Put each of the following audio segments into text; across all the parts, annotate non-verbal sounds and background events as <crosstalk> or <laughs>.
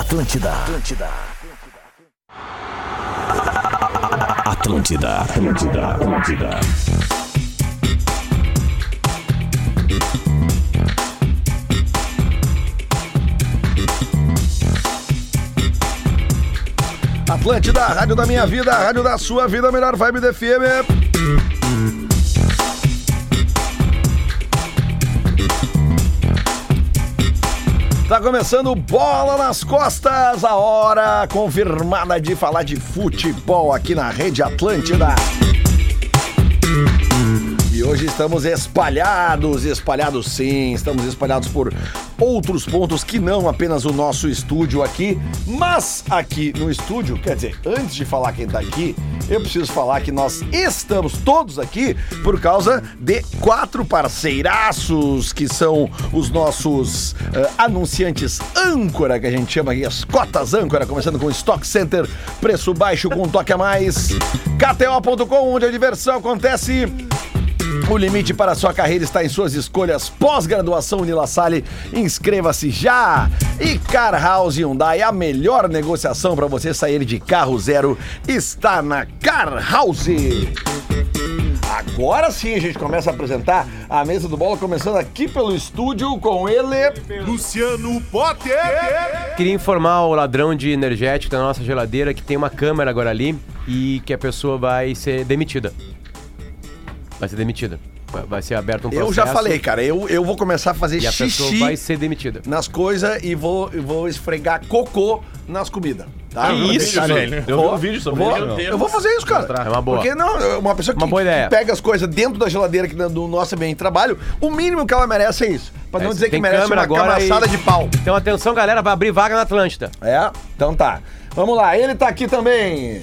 Atlântida. Atlântida. Atlântida, Atlântida, Atlântida. Atlântida, a rádio da minha vida, a rádio da sua vida, a melhor vibe do FM. Tá começando o Bola nas Costas, a hora confirmada de falar de futebol aqui na Rede Atlântida. E hoje estamos espalhados, espalhados sim, estamos espalhados por outros pontos que não apenas o nosso estúdio aqui, mas aqui no estúdio, quer dizer, antes de falar quem tá aqui, eu preciso falar que nós estamos todos aqui por causa de quatro parceiraços que são os nossos eh, anunciantes âncora, que a gente chama aqui as cotas âncora, começando com o Stock Center, preço baixo com um toque a mais, KTO.com, onde a diversão acontece. O limite para sua carreira está em suas escolhas. Pós-graduação Unilassalle, inscreva-se já. E Car House Hyundai, a melhor negociação para você sair de carro zero está na Car House. Agora sim a gente começa a apresentar a mesa do bola, começando aqui pelo estúdio com ele. Luciano Potter. Queria informar o ladrão de energético da nossa geladeira que tem uma câmera agora ali e que a pessoa vai ser demitida. Vai ser demitida. Vai- Vai ser aberto um processo. Eu já falei, cara, eu, eu vou começar a fazer E a pessoa xixi vai ser demitida. nas coisas e vou, e vou esfregar cocô nas comidas. Tá? Que Eu isso, vou- velho? Eu vi vou, um vídeo sobre vou, isso, meu Eu vou fazer isso, cara. É uma boa. Porque não, uma pessoa que, Uma boa que ideia. pega as coisas dentro da geladeira aqui do nosso ambiente de trabalho, o mínimo que ela merece é isso. Pra É não isso. dizer que Tem merece câmera uma agora camaçada e- de pau. Então atenção, galera, vai abrir vaga na Atlântida. É? Então tá. Vamos lá, ele tá aqui também.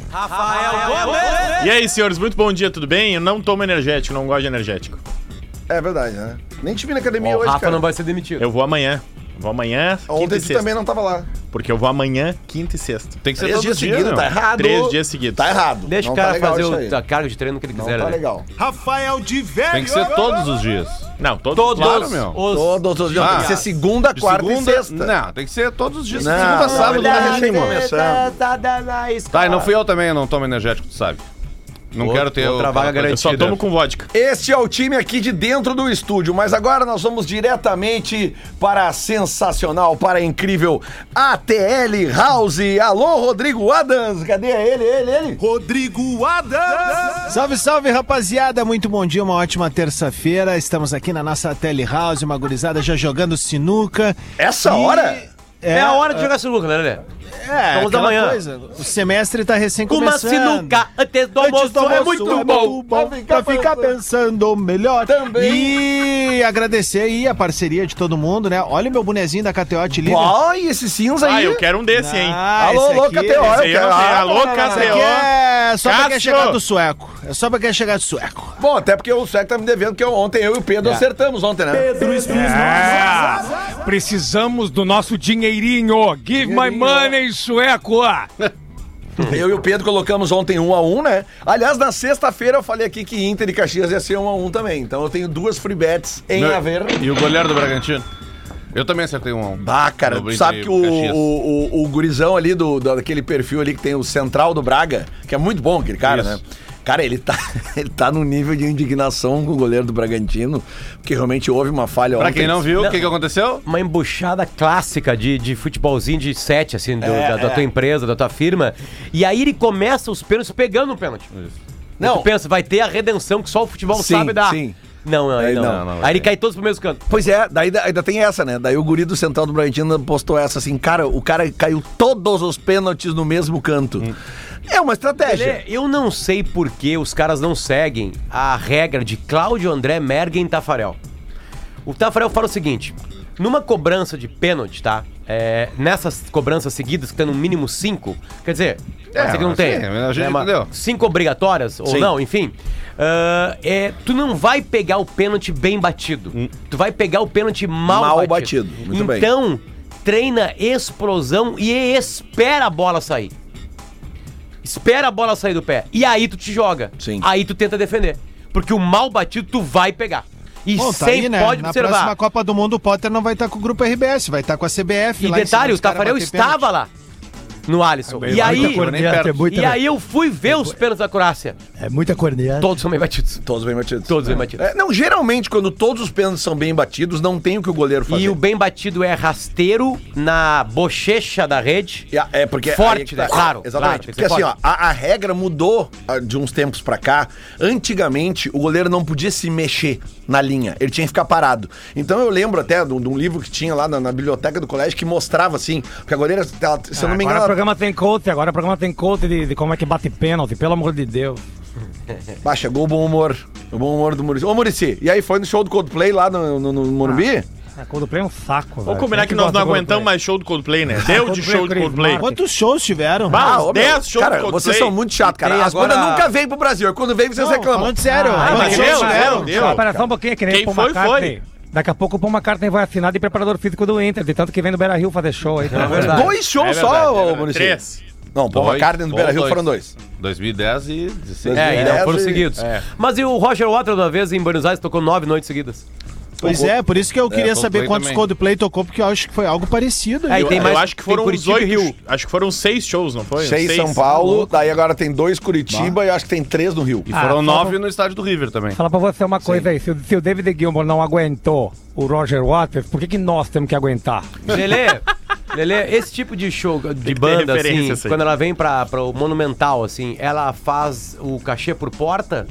E aí, senhores, muito bom dia, tudo bem? Eu não tomo energético, não gosto de energético. É verdade, né? Nem te vi na academia Ó, o hoje, Rafa cara. não vai ser demitido. Eu vou amanhã. Vou amanhã, quinta Ontem e tu sexta. também não tava lá. Porque eu vou amanhã, quinta e sexta. Tem que Três dias seguidos, tá errado. Três dias seguidos. Tá errado. Deixa Não o cara tá legal fazer isso aí. o, a carga de treino que ele Não quiser. tá né? level. Rafael de Velho. Tem que ser todos os dias. Não, todos. Todos Claro, meu. os... Todos os dias. Tem que ser Ah. segunda, De quarta segunda, e sexta. Não, tem que ser todos os dias. Não, segunda, não, sábado, ele tá domingo. recém começando. Tá, e não fui eu também, eu não tomo energético, tu sabe. Não Outra- quero ter outra o- vaga Eu só garantida. tomo com vodka. Este é o time aqui de dentro do estúdio, mas agora nós vamos diretamente para a sensacional, para a incrível ATL House. Alô, Rodrigo Adams, cadê ele, ele, ele? Rodrigo Adams. Salve, salve, rapaziada! Muito bom dia, uma ótima terça-feira. Estamos aqui na nossa telehouse, uma gurizada já jogando sinuca. Essa hora? É, É a hora de jogar sinuca, né, Lelê? É, Vamos aquela amanhã. coisa. O semestre tá recém Uma começando. sinuca antes do Antes do almoço é almoço, muito bom. Pra Pra ficar ficar, pensando melhor. Também. E agradecer aí a parceria de todo mundo, né? Olha meu bonezinho da KTO, te liga. Ó, e esse cinza Ah, aí? eu quero um desse, hein? Ah, Alô, esse alô, aqui- KTO, esse eu Esse aí eu quero. não sei. Ah, Alô, Esse aqui KTO. é só pra quem é Cássio. chegado do sueco. É só pra quem é chegado do sueco. Bom, até porque o Sérgio tá me devendo, que eu- ontem eu e o Pedro acertamos ontem, né? É, precisamos do nosso dinheirinho. Give my money, sueco. <laughs> Eu e o Pedro colocamos ontem um a um, né? Aliás, na sexta-feira eu falei aqui que Inter e Caxias ia ser um a um também. Então eu tenho duas free bets em Né? Não, haver. E o goleiro do Bragantino? Eu também acertei um. a um. Ah, cara, No tu sabe que Inter o, um, Caxias. o, o, o gurizão ali do, do- daquele perfil ali que tem o Central do Braga, que é muito bom aquele cara, Isso. né? Cara, ele tá, <laughs> ele tá num nível de indignação com o goleiro do Bragantino, porque realmente houve uma falha Pra ontem. quem não viu, o que, que aconteceu? uma embuchada clássica de, de futebolzinho de sete, assim, do- da, da tua empresa, da tua firma. E aí ele começa os pênaltis pegando o pênalti. Não, Tu pensa, vai ter a redenção que só o futebol Sim, sabe dar. sim. Não, não, Aí aí não. não, não, aí ele cai todos pro mesmo canto. pois é, daí da- ainda tem essa, né? Daí o guri do Central do Bragantino postou essa assim, cara, o cara caiu todos os pênaltis no mesmo canto. Hum. É uma estratégia. Lelê, eu não sei por que os caras não seguem a regra de Cláudio André Mergen e Tafarel. O Tafarel fala o seguinte: numa cobrança de pênalti, tá? É, nessas cobranças seguidas, que tem no mínimo cinco, quer dizer, É, pode ser que não mas tem. sim, a gente mas entendeu. Cinco obrigatórias, ou Sim. não, enfim. ah, é, tu não vai pegar o pênalti bem batido. Tu vai pegar o pênalti mal, Mal batido. batido, muito bem. então, treina explosão e espera a bola sair. Espera a bola sair do pé. E aí tu te joga. Sim. Aí tu tenta defender. Porque o mal batido tu vai pegar. E Bom, tá sempre aí, né? pode Na observar. próxima Copa do Mundo, o Potter não vai estar com o tá grupo RBS, vai estar com a CBF. E lá em cima detalhe, o dos caras Tafarel bater pênalti. estava lá. no Alisson. E tá aí, corneta, é muita- e aí eu fui ver os pênaltis da Croácia. É muita corneta. Todos são bem batidos. Todos bem batidos. Todos bem batidos. É, não, geralmente, quando todos os pênaltis são bem batidos, não tem o que o goleiro fazer. E o bem batido é rasteiro na bochecha da rede. E a- É porque Forte, aí que né? Claro, claro, Exatamente. tem que porque ser assim, ó, forte. a, a regra mudou ah, de uns tempos pra cá. Antigamente, o goleiro não podia se mexer na linha, ele tinha que ficar parado. Então eu lembro até de um de um livro que tinha lá na, na biblioteca do colégio que mostrava assim, porque a goleira, ela- se eu não me engano, Ah, Agora o ela programa tem coach, agora o programa tem coach de, de como é que bate pênalti, pelo amor de Deus. baixa gol, bom humor. Ah, O bom humor do Murici. Ô, Murici, e aí foi no show do Coldplay lá no, no, no Morumbi? Ah, A Coldplay é um saco, Vamos combinar que nós não aguentamos mais show do Coldplay, né? Deu de show do Coldplay incrível, Coldplay. maravilhoso. Quantos shows tiveram? Bah, ô, uns meu, 10 shows Cara, do Coldplay. vocês são muito chatos, E cara. tem As bandas agora- nunca vêm pro Brasil. Quando vem, vocês reclamam. Falando sério. Ah, quantos mas shows deu, tiveram? deu, deu. Uma Comparação porque um que nem Quem Paul foi, foi. McCartney. Daqui a pouco o Paul McCartney vai assinar de preparador físico do Inter, de tanto que vem do Beira-Rio fazer show aí. verdade. Dois shows É só, verdade, é ô, verdade. Murici. Três. Não, Paul Dois, McCartney no ou Beira Rio dois. foram dois. 2010 e 16. É, e Dez não foram e- seguidos. Mas e o Roger Waters, uma vez em Buenos Aires, tocou nove noites seguidas. Pois é, por isso que eu queria Coldplay saber quantos também. Coldplay tocou, porque eu acho que foi algo É, parecido. Aí viu? tem Eu mais. acho que tem foram uns Curitiba e oito. Rio. Acho que foram seis tá shows, não foi? Seis em São Paulo, daí agora tem dois Curitiba e eu acho que tem três no Rio. E Ah, foram só nove no estádio do River também. Falar pra você uma coisa aí, se o, se o David Gilmour não aguentou o Roger Waters, por que, que nós temos que aguentar? Lelê, Lelê, esse tipo de show de ter banda, assim, referência, assim. quando ela vem pra, pra o Monumental, assim, ela faz o cachê por porta?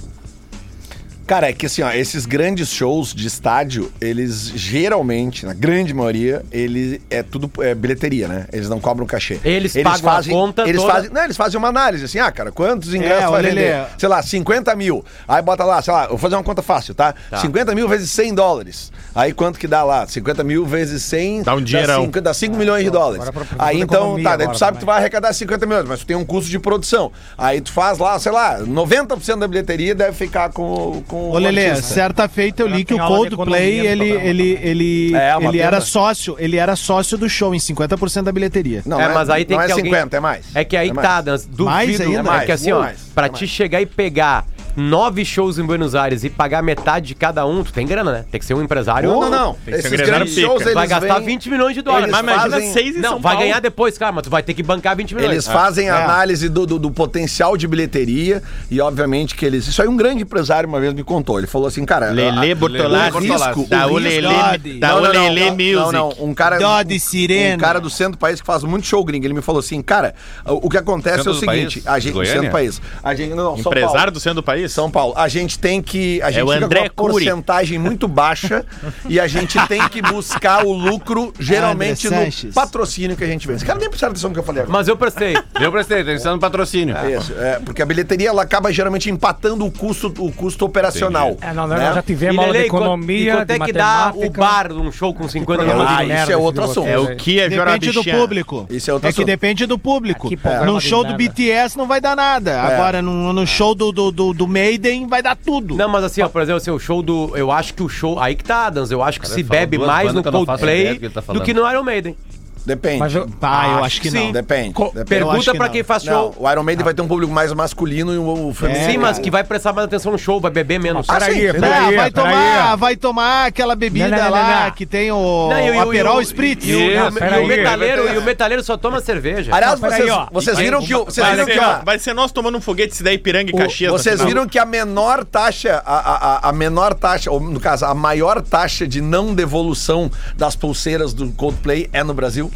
Cara, é que assim, ó, esses grandes shows de estádio, eles geralmente, na grande maioria, eles é tudo é bilheteria, né? Eles não cobram cachê. Eles pagam a fazem, conta eles toda. fazem, não, eles fazem uma análise assim, ah, cara, quantos É, ingressos vai olha, vender? Lelê. Sei lá, 50 mil. Aí bota lá, sei lá, vou fazer uma conta fácil, tá? 50 mil vezes 100 dólares. Aí quanto que dá lá? 50 mil vezes 100 Dá um dinheirão. 5, dá 5 milhões de dólares. agora pra- pra Aí então, economia tá, daí tu agora sabe que tu também. vai arrecadar 50 milhões, mas tu tem um custo de produção. Aí tu faz lá, sei lá, 90% da bilheteria deve ficar com, o- com Ô, Lelê, artista. certa feita eu li né? Ela que tem o aula de Coldplay, economia no ele, programa ele, ele, É, uma ele pena. era sócio, ele era sócio do show em 50% da bilheteria. Não, é, não mas aí tem não que é alguém- 50, é mais. É que aí é mais. tá, Dan, duvido. Mais ainda? é Mais, que assim, ó, mais, pra é te mais. chegar e pegar nove shows em Buenos Aires e pagar metade de cada um, tu tem grana, né? Tem que ser um empresário. Não, ou não, não. que Esses ser um grandes grana shows, pica. eles Vai gastar vêm- 20 milhões de dólares. eles Mas imagina fazem- seis em Não, São vai Paulo. ganhar depois, cara, mas tu vai ter que bancar 20 milhões. Eles fazem a É. análise do, do- do potencial de bilheteria e, obviamente, que eles. Isso aí, um grande empresário uma vez me contou. Ele falou assim, cara. a- Lele o Bortolassi. risco, Da o o risco- Lele da Não, o não, não, Lele não, não, não. Music. Um cara, Dó um- de sirena. um cara do centro do país que faz muito show gringo. Ele me falou assim, cara, o o que acontece Centro é o do seguinte, país? a gente Goiânia? centro do país, a gente não, não, São Paulo. Empresário do centro do país? São Paulo. A gente tem que. A gente o fica André com uma Cury. porcentagem muito <laughs> baixa e a gente tem que buscar o lucro geralmente André no Sanches. patrocínio que a gente vende. Esse cara nem prestaram atenção no que eu falei agora. Mas eu prestei. Eu prestei, tem que ser no patrocínio. Isso, é, porque a bilheteria ela acaba geralmente empatando o custo, o custo operacional. É, não, nós né? já tivemos E, aula de Lelê, e quanto- economia, e quanto é de que dá o matemática. bar de um show com 50 Ah, milhões? programa de isso merda é esse outro de assunto. vocês É aí. o que é Depende do Jorabichan. público. Isso é outro que assunto. depende do público. Aqui, programa No de show do merda. BTS não vai dar nada. Agora, no, no show do, do, do, do Maiden, vai dar tudo. Não, mas assim, ó, por exemplo, assim, o show do. Eu acho que o show. Aí que tá, Adams. Eu acho que se fala bebe duas mais no bandas que eu não faço ideia Coldplay do que ele tá do que no Iron Maiden. Depende. Mas Ah, eu, Pá, Ah, eu acho que sim. não. Depende. Co- depende. Pergunta acho que pra não. quem faz Não, show. o Iron Maiden vai ter um público mais masculino e o, o feminino. é, Sim, mas que vai prestar mais atenção no show, vai beber menos. Ah, sim, Peraí, sim. Ah, peraí, vai tomar, peraí. vai tomar aquela bebida Não, não, não, lá não. que tem o Não, e o- e o- Aperol e o- Spritz. E o, e o, Não, peraí. metaleiro, e o metaleiro só toma cerveja. Aliás, Não, peraí, vocês, ó. vocês viram que o- vocês Vai viram que ser, a- vai ser nós tomando um foguete se der Ipiranga e Caxias. na Vocês final. viram que a menor taxa, a, a- a, a menor taxa, ou no caso, a maior taxa de não devolução das pulseiras do Coldplay é no Brasil?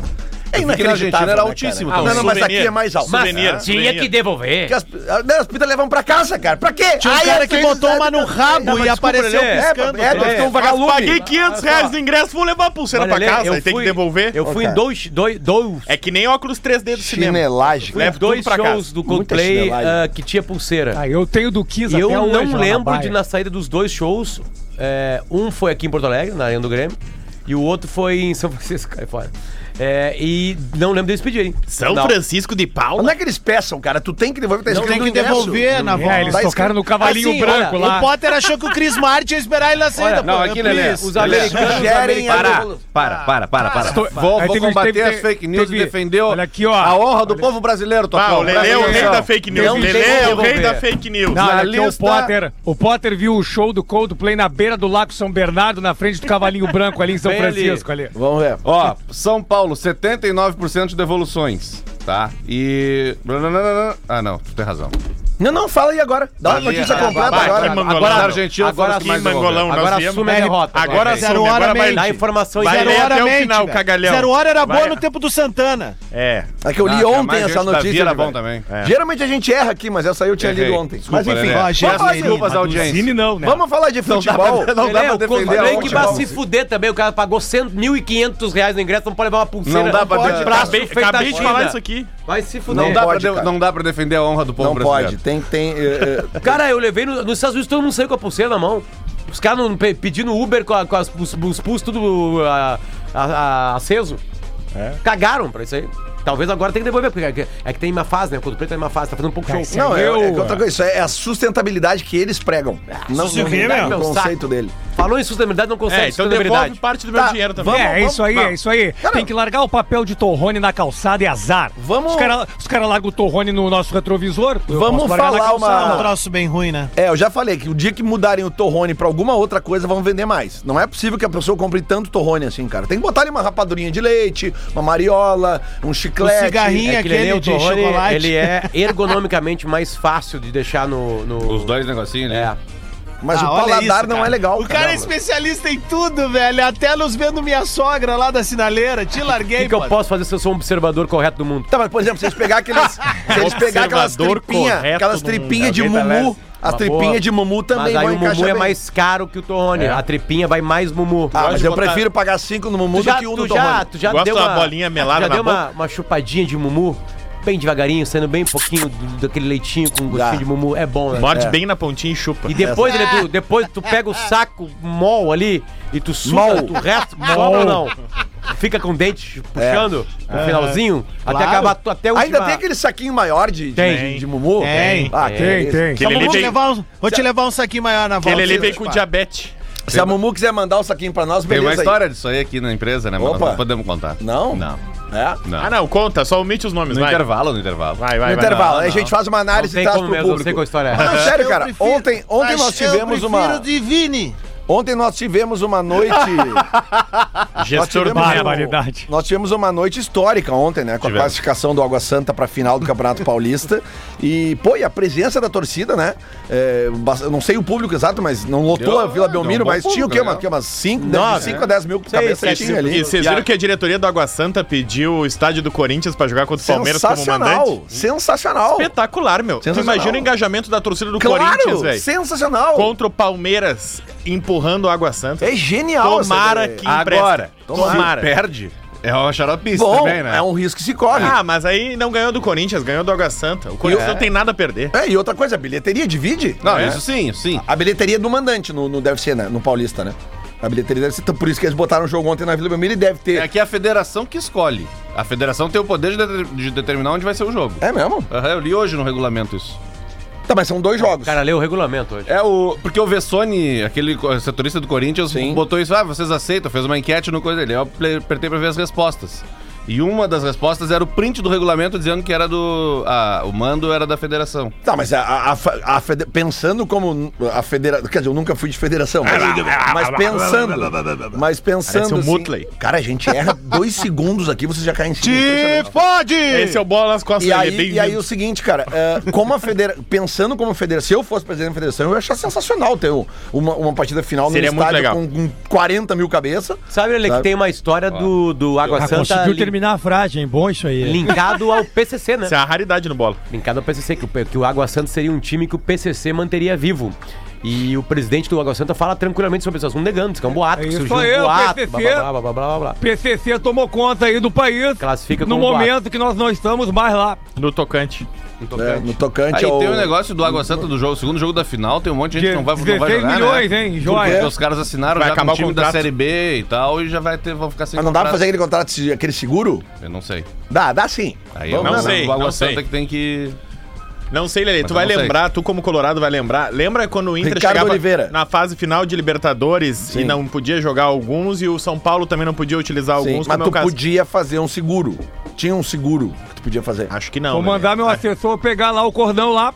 É vi que na Argentina inacreditável. era né, altíssimo cara? também. não, não, mas Souvenir. aqui é mais alto. Mas Souvenir, tinha souvenir. que devolver. Porque as, não, as pitas levam pra casa, cara. Pra quê? Tinha um Aí é cara as que vezes botou deve- uma no rabo e apareceu Lelê. piscando. né? É, é, deve ter um vagalume. Paguei 500 reais no ingresso, vou levar a pulseira Olha, pra Lê, casa eu e tem que fui- devolver. Eu fui em dois. dois, dois É que nem óculos 3D do cinema. Chinelagem. fui em leva tudo dois pra shows casa. do Muita Coldplay chinelagem. ah, que tinha pulseira. Ah, eu tenho do 15 E eu até não hoje, lá na lembro Baia. de na saída dos dois shows. é, um foi aqui em Porto Alegre, na Arena do Grêmio, e o outro foi em São Francisco, <laughs> cai fora. É, e não lembro deles pedirem. São Não. Francisco de Paula. Onde é que eles peçam, cara? Tu tem que devolver, tá Não escrito tem no que ingresso. devolver na volta. É, eles Tá tocaram no cavalinho Assim, branco olha, lá. O Potter achou que o Chris Martin ia esperar ele na saída. é Não, é aqui, Lelê. Os Lelê, americanos. Gerem a Para, devolução. para, para, para, para. Vou, Aí vou teve- combater teve- as fake news teve- e defender olha aqui, ó. a honra do povo brasileiro, Ah, Tocão. o Lelê é o rei Brasileiro. da fake news. Não Lelê tem é o como rei da devolver. fake news. Não, Na olha aqui, é o lista- Potter. O Potter viu o show do Coldplay na beira do Lago São Bernardo, na frente do Cavalinho Branco, ali em São Bem ali. Francisco. Ali. Vamos ver. Ó, São Paulo, 79% de devoluções. tá? E. Ah, não, tu tem razão. Não, não, fala aí agora. Dá uma Ali, notícia vai, completa é, vai, agora. vai, vai, agora vai, Argentina, agora foram os que mais mangolão, devolver. nós agora viemos. assume a derrota. Agora Ok. assume, Zero hora agora vai. mente. dá informações Vai Zero ler hora até o mente, final, velho. cagalhão. Zero hora era boa Vai. no tempo do Santana. É. É que eu li Ah, ontem mais essa gente da notícia. Via era velho. bom também. É. Geralmente a gente erra aqui, mas essa aí eu tinha Errei. lido ontem. Desculpa, mas enfim, Lelé. vamos Peço falar de- desculpas à audiência. Cine não, né? vamos falar É, de <laughs> futebol. Não dá pra Lelé, o defender a Coldplay que vai futebol. se fuder também. O cara pagou 100 1.500 reais no ingresso, não pode levar uma pulseira. Não dá pra pode defender. braço Acabei, feito da acabei de China. falar isso aqui. Vai se fuder. Não dá, pode, pra de- cara. não dá pra defender a honra do povo Não brasileiro. pode, tem, tem. eh, eh, Cara, eu levei no- nos Estados Unidos, todo mundo saiu com a pulseira na mão. Os caras não pe- pedindo Uber com, a- com as, os, os pulsos tudo ah, ah, ah, aceso. Cagaram pra isso aí. Talvez agora tem que devolver, porque é que, é que tem uma fase, né? Quando o preto tem uma fase, tá fazendo um pouco show. não, é, é que outra coisa, isso é é a sustentabilidade que eles pregam. Não, não, sustentabilidade não, é o meu conceito saco. dele. Falou em sustentabilidade, não consegue. É, então devolve sustentabilidade. parte do meu Tá, dinheiro também. vamos. é, é isso aí, é isso aí. Cara- Tem que largar o papel de torrone na calçada e azar. Vamos- Os caras os cara largam o torrone no nosso retrovisor. eu Vamos posso largar na falar uma- calçada. É um troço bem ruim, né? É, eu já falei que o dia que mudarem o torrone pra alguma outra coisa, vão vender mais. Não é possível que a pessoa compre tanto torrone assim, cara. Tem que botar ali uma rapadurinha de leite, uma mariola, um chiclete. Um cigarrinho. É que ele, Aquele é o de torrone, chocolate. ele é ergonomicamente mais fácil de deixar no... no- Os dois negocinhos, né? É. Mas Ah, o olha paladar isso, não cara. é legal. O cara é especialista em tudo, velho. É Até nos vendo minha sogra lá da sinaleira. Te O larguei, que, que eu mano. posso fazer se eu sou um observador correto do mundo? Tá, mas por exemplo, se eles pegar aqueles. se eles pegar aquelas Observador tripinhas, correto aquelas do mundo. tripinhas de Alguém tá mumu, leve. as Uma tripinhas boa. de mumu Mas também aí vão o Mumu encaixar. é bem. mais caro que o torrone. A tripinha vai mais Mumu. Ah, mas eu botar- prefiro pagar cinco no mumu Tu já, do que um tu no já, torrone. tu já Gosta deu de uma uma, bolinha melada já na deu uma, uma chupadinha de mumu, bem devagarinho, saindo bem pouquinho do- daquele leitinho com gostinho Já. de mumu, é bom, né? Morde bem na pontinha e chupa. E depois, né, tu, depois tu pega o saco mol ali e tu suga Mol. É. tu o resto, sobra ou não? Fica com o dente puxando no finalzinho, até acabar tu- até o Ainda tem aquele saquinho maior de, de- Tem. de, de mumu? Tem. Ah, que Tem, beleza. tem. Aquele Então ali vou, vem- levar um- vou te levar um saquinho maior na volta. Aquele ali vem Sim, com pá. diabetes. Se a Mumu quiser mandar o saquinho pra nós, Tem beleza. uma aí. história disso aí aqui na empresa, né? Mas Opa. não podemos contar. Não? Não. É? Não. Ah, não, conta, só omite os nomes, No vai. intervalo, no intervalo. Vai, vai, No vai. intervalo. é Não, aí A gente faz uma análise Não e tem traz pro como mesmo, eu público. sei qual história é. Não, sério, cara. Eu prefiro- Ontem, ontem nós Mas tivemos eu uma... prefiro Divine. Ontem nós tivemos uma noite... não. Gestor do tivemos Neto. Barbaridade. Nós tivemos uma noite histórica ontem, né? Com a Tivemos. classificação do Água Santa pra final do Campeonato Paulista. E, pô, e a presença da torcida, né? É, bas- eu não sei o público exato, mas não lotou Deu- a Vila deu um Belmiro, bom mas tinha o quê? público, Uma, né? que umas 5 Nove, a 10 mil Seis, cabeça sete, tinha ali. E vocês viram que a diretoria do Água Santa pediu o estádio do Corinthians pra jogar contra o Palmeiras como mandante? Sensacional, sensacional. Espetacular, meu. Tu Sensacional. imagina o engajamento da torcida do Corinthians, Claro, velho. sensacional. Contra o Palmeiras, empurrando o Água Santa. É genial essa Tomara ideia. que Agora, empresta. Tomara. Tomara. Se perde, é uma xaropice Bom, também, né? é um risco que se corre. Ah, mas aí não ganhou do Corinthians, ganhou do Água Santa. O Corinthians não tem nada a perder. É, e outra coisa, a bilheteria divide? Não, né? isso sim, isso sim. A bilheteria do mandante no, no- deve ser, né? No Paulista, né? A bilheteria deve ser. Por isso que eles botaram o jogo ontem na Vila Belmiro e deve É ter. que é a federação que escolhe. A federação tem o poder de, de- de determinar onde vai ser o jogo. É mesmo? Aham, eu li hoje no regulamento isso. Tá, mas são dois jogos. O cara leu o regulamento hoje. É o. Porque o Vessone, aquele co- setorista do Corinthians, Sim. botou isso. Ah, vocês aceitam? Fez uma enquete no coisa dele. Eu ple- apertei pra ver as respostas. E uma das respostas era o print do regulamento dizendo que era do. ah, o mando era da federação. Tá, mas a, a- a fe- a fede- pensando como a federação. Quer dizer, eu nunca fui de federação. Mas, mas pensando. Mas Parece pensando. um assim- Mutley. Tipo, cara, a gente erra dois <laughs> segundos aqui, você já cai em cima. Te Impressionante. fode! Esse é o bola nas costas E dele, aí, bem-vindo. e aí o seguinte, cara, é, como a federa... pensando como federação, se eu fosse presidente da federação, eu ia achar sensacional ter um- uma, uma partida final Seria num muito estádio legal. com, com 40 mil né, cabeças. Sabe, ele que Sabe? tem uma história do, do Água Ah, Santa um conseguiu lin- terminar a frase, hein? Bom isso aí. hein? linkado ao PCC, né? Isso é a raridade no bola. Brincado ao PCC, que o, P- que o Água Santa seria um time que o PCC manteria vivo. E o presidente do Água Santa fala tranquilamente sobre isso, assunto, negando, diz que é um boato, que Isso surgiu aí, um o boato, PCC. blá, blá, blá, blá, blá, blá, blá. PCC tomou conta aí do país. Classifica No como boato. momento que nós não estamos mais lá. No tocante. né, no tocante Aí ao... tem o negócio do Água Santa do jogo, segundo jogo da final, tem um monte de gente que não vai, não vai 16 jogar, milhões, né? hein? Porque Joia. os caras assinaram Vai já com acabar o o time da contrato. Série B e tal, e já vai ter, vão ficar sem Mas não dá pra contrato. fazer aquele contrato, se- aquele seguro? Eu não sei. Dá, dá sim. Aí Vamos lá, é o- não sei, o Água não Santa sei. que tem que... Não sei, Lelê, Mas tu eu vai não sei. lembrar, tu como colorado vai lembrar. Lembra quando o Inter Ricardo chegava Oliveira. na fase final de Libertadores e Sim. não podia jogar alguns e o São Paulo também não podia utilizar Sim, alguns, mas como é o tu caso. podia fazer um seguro. Tinha um seguro que tu podia fazer. Acho que não. Vou Lelê. mandar meu assessor pegar lá o cordão lá.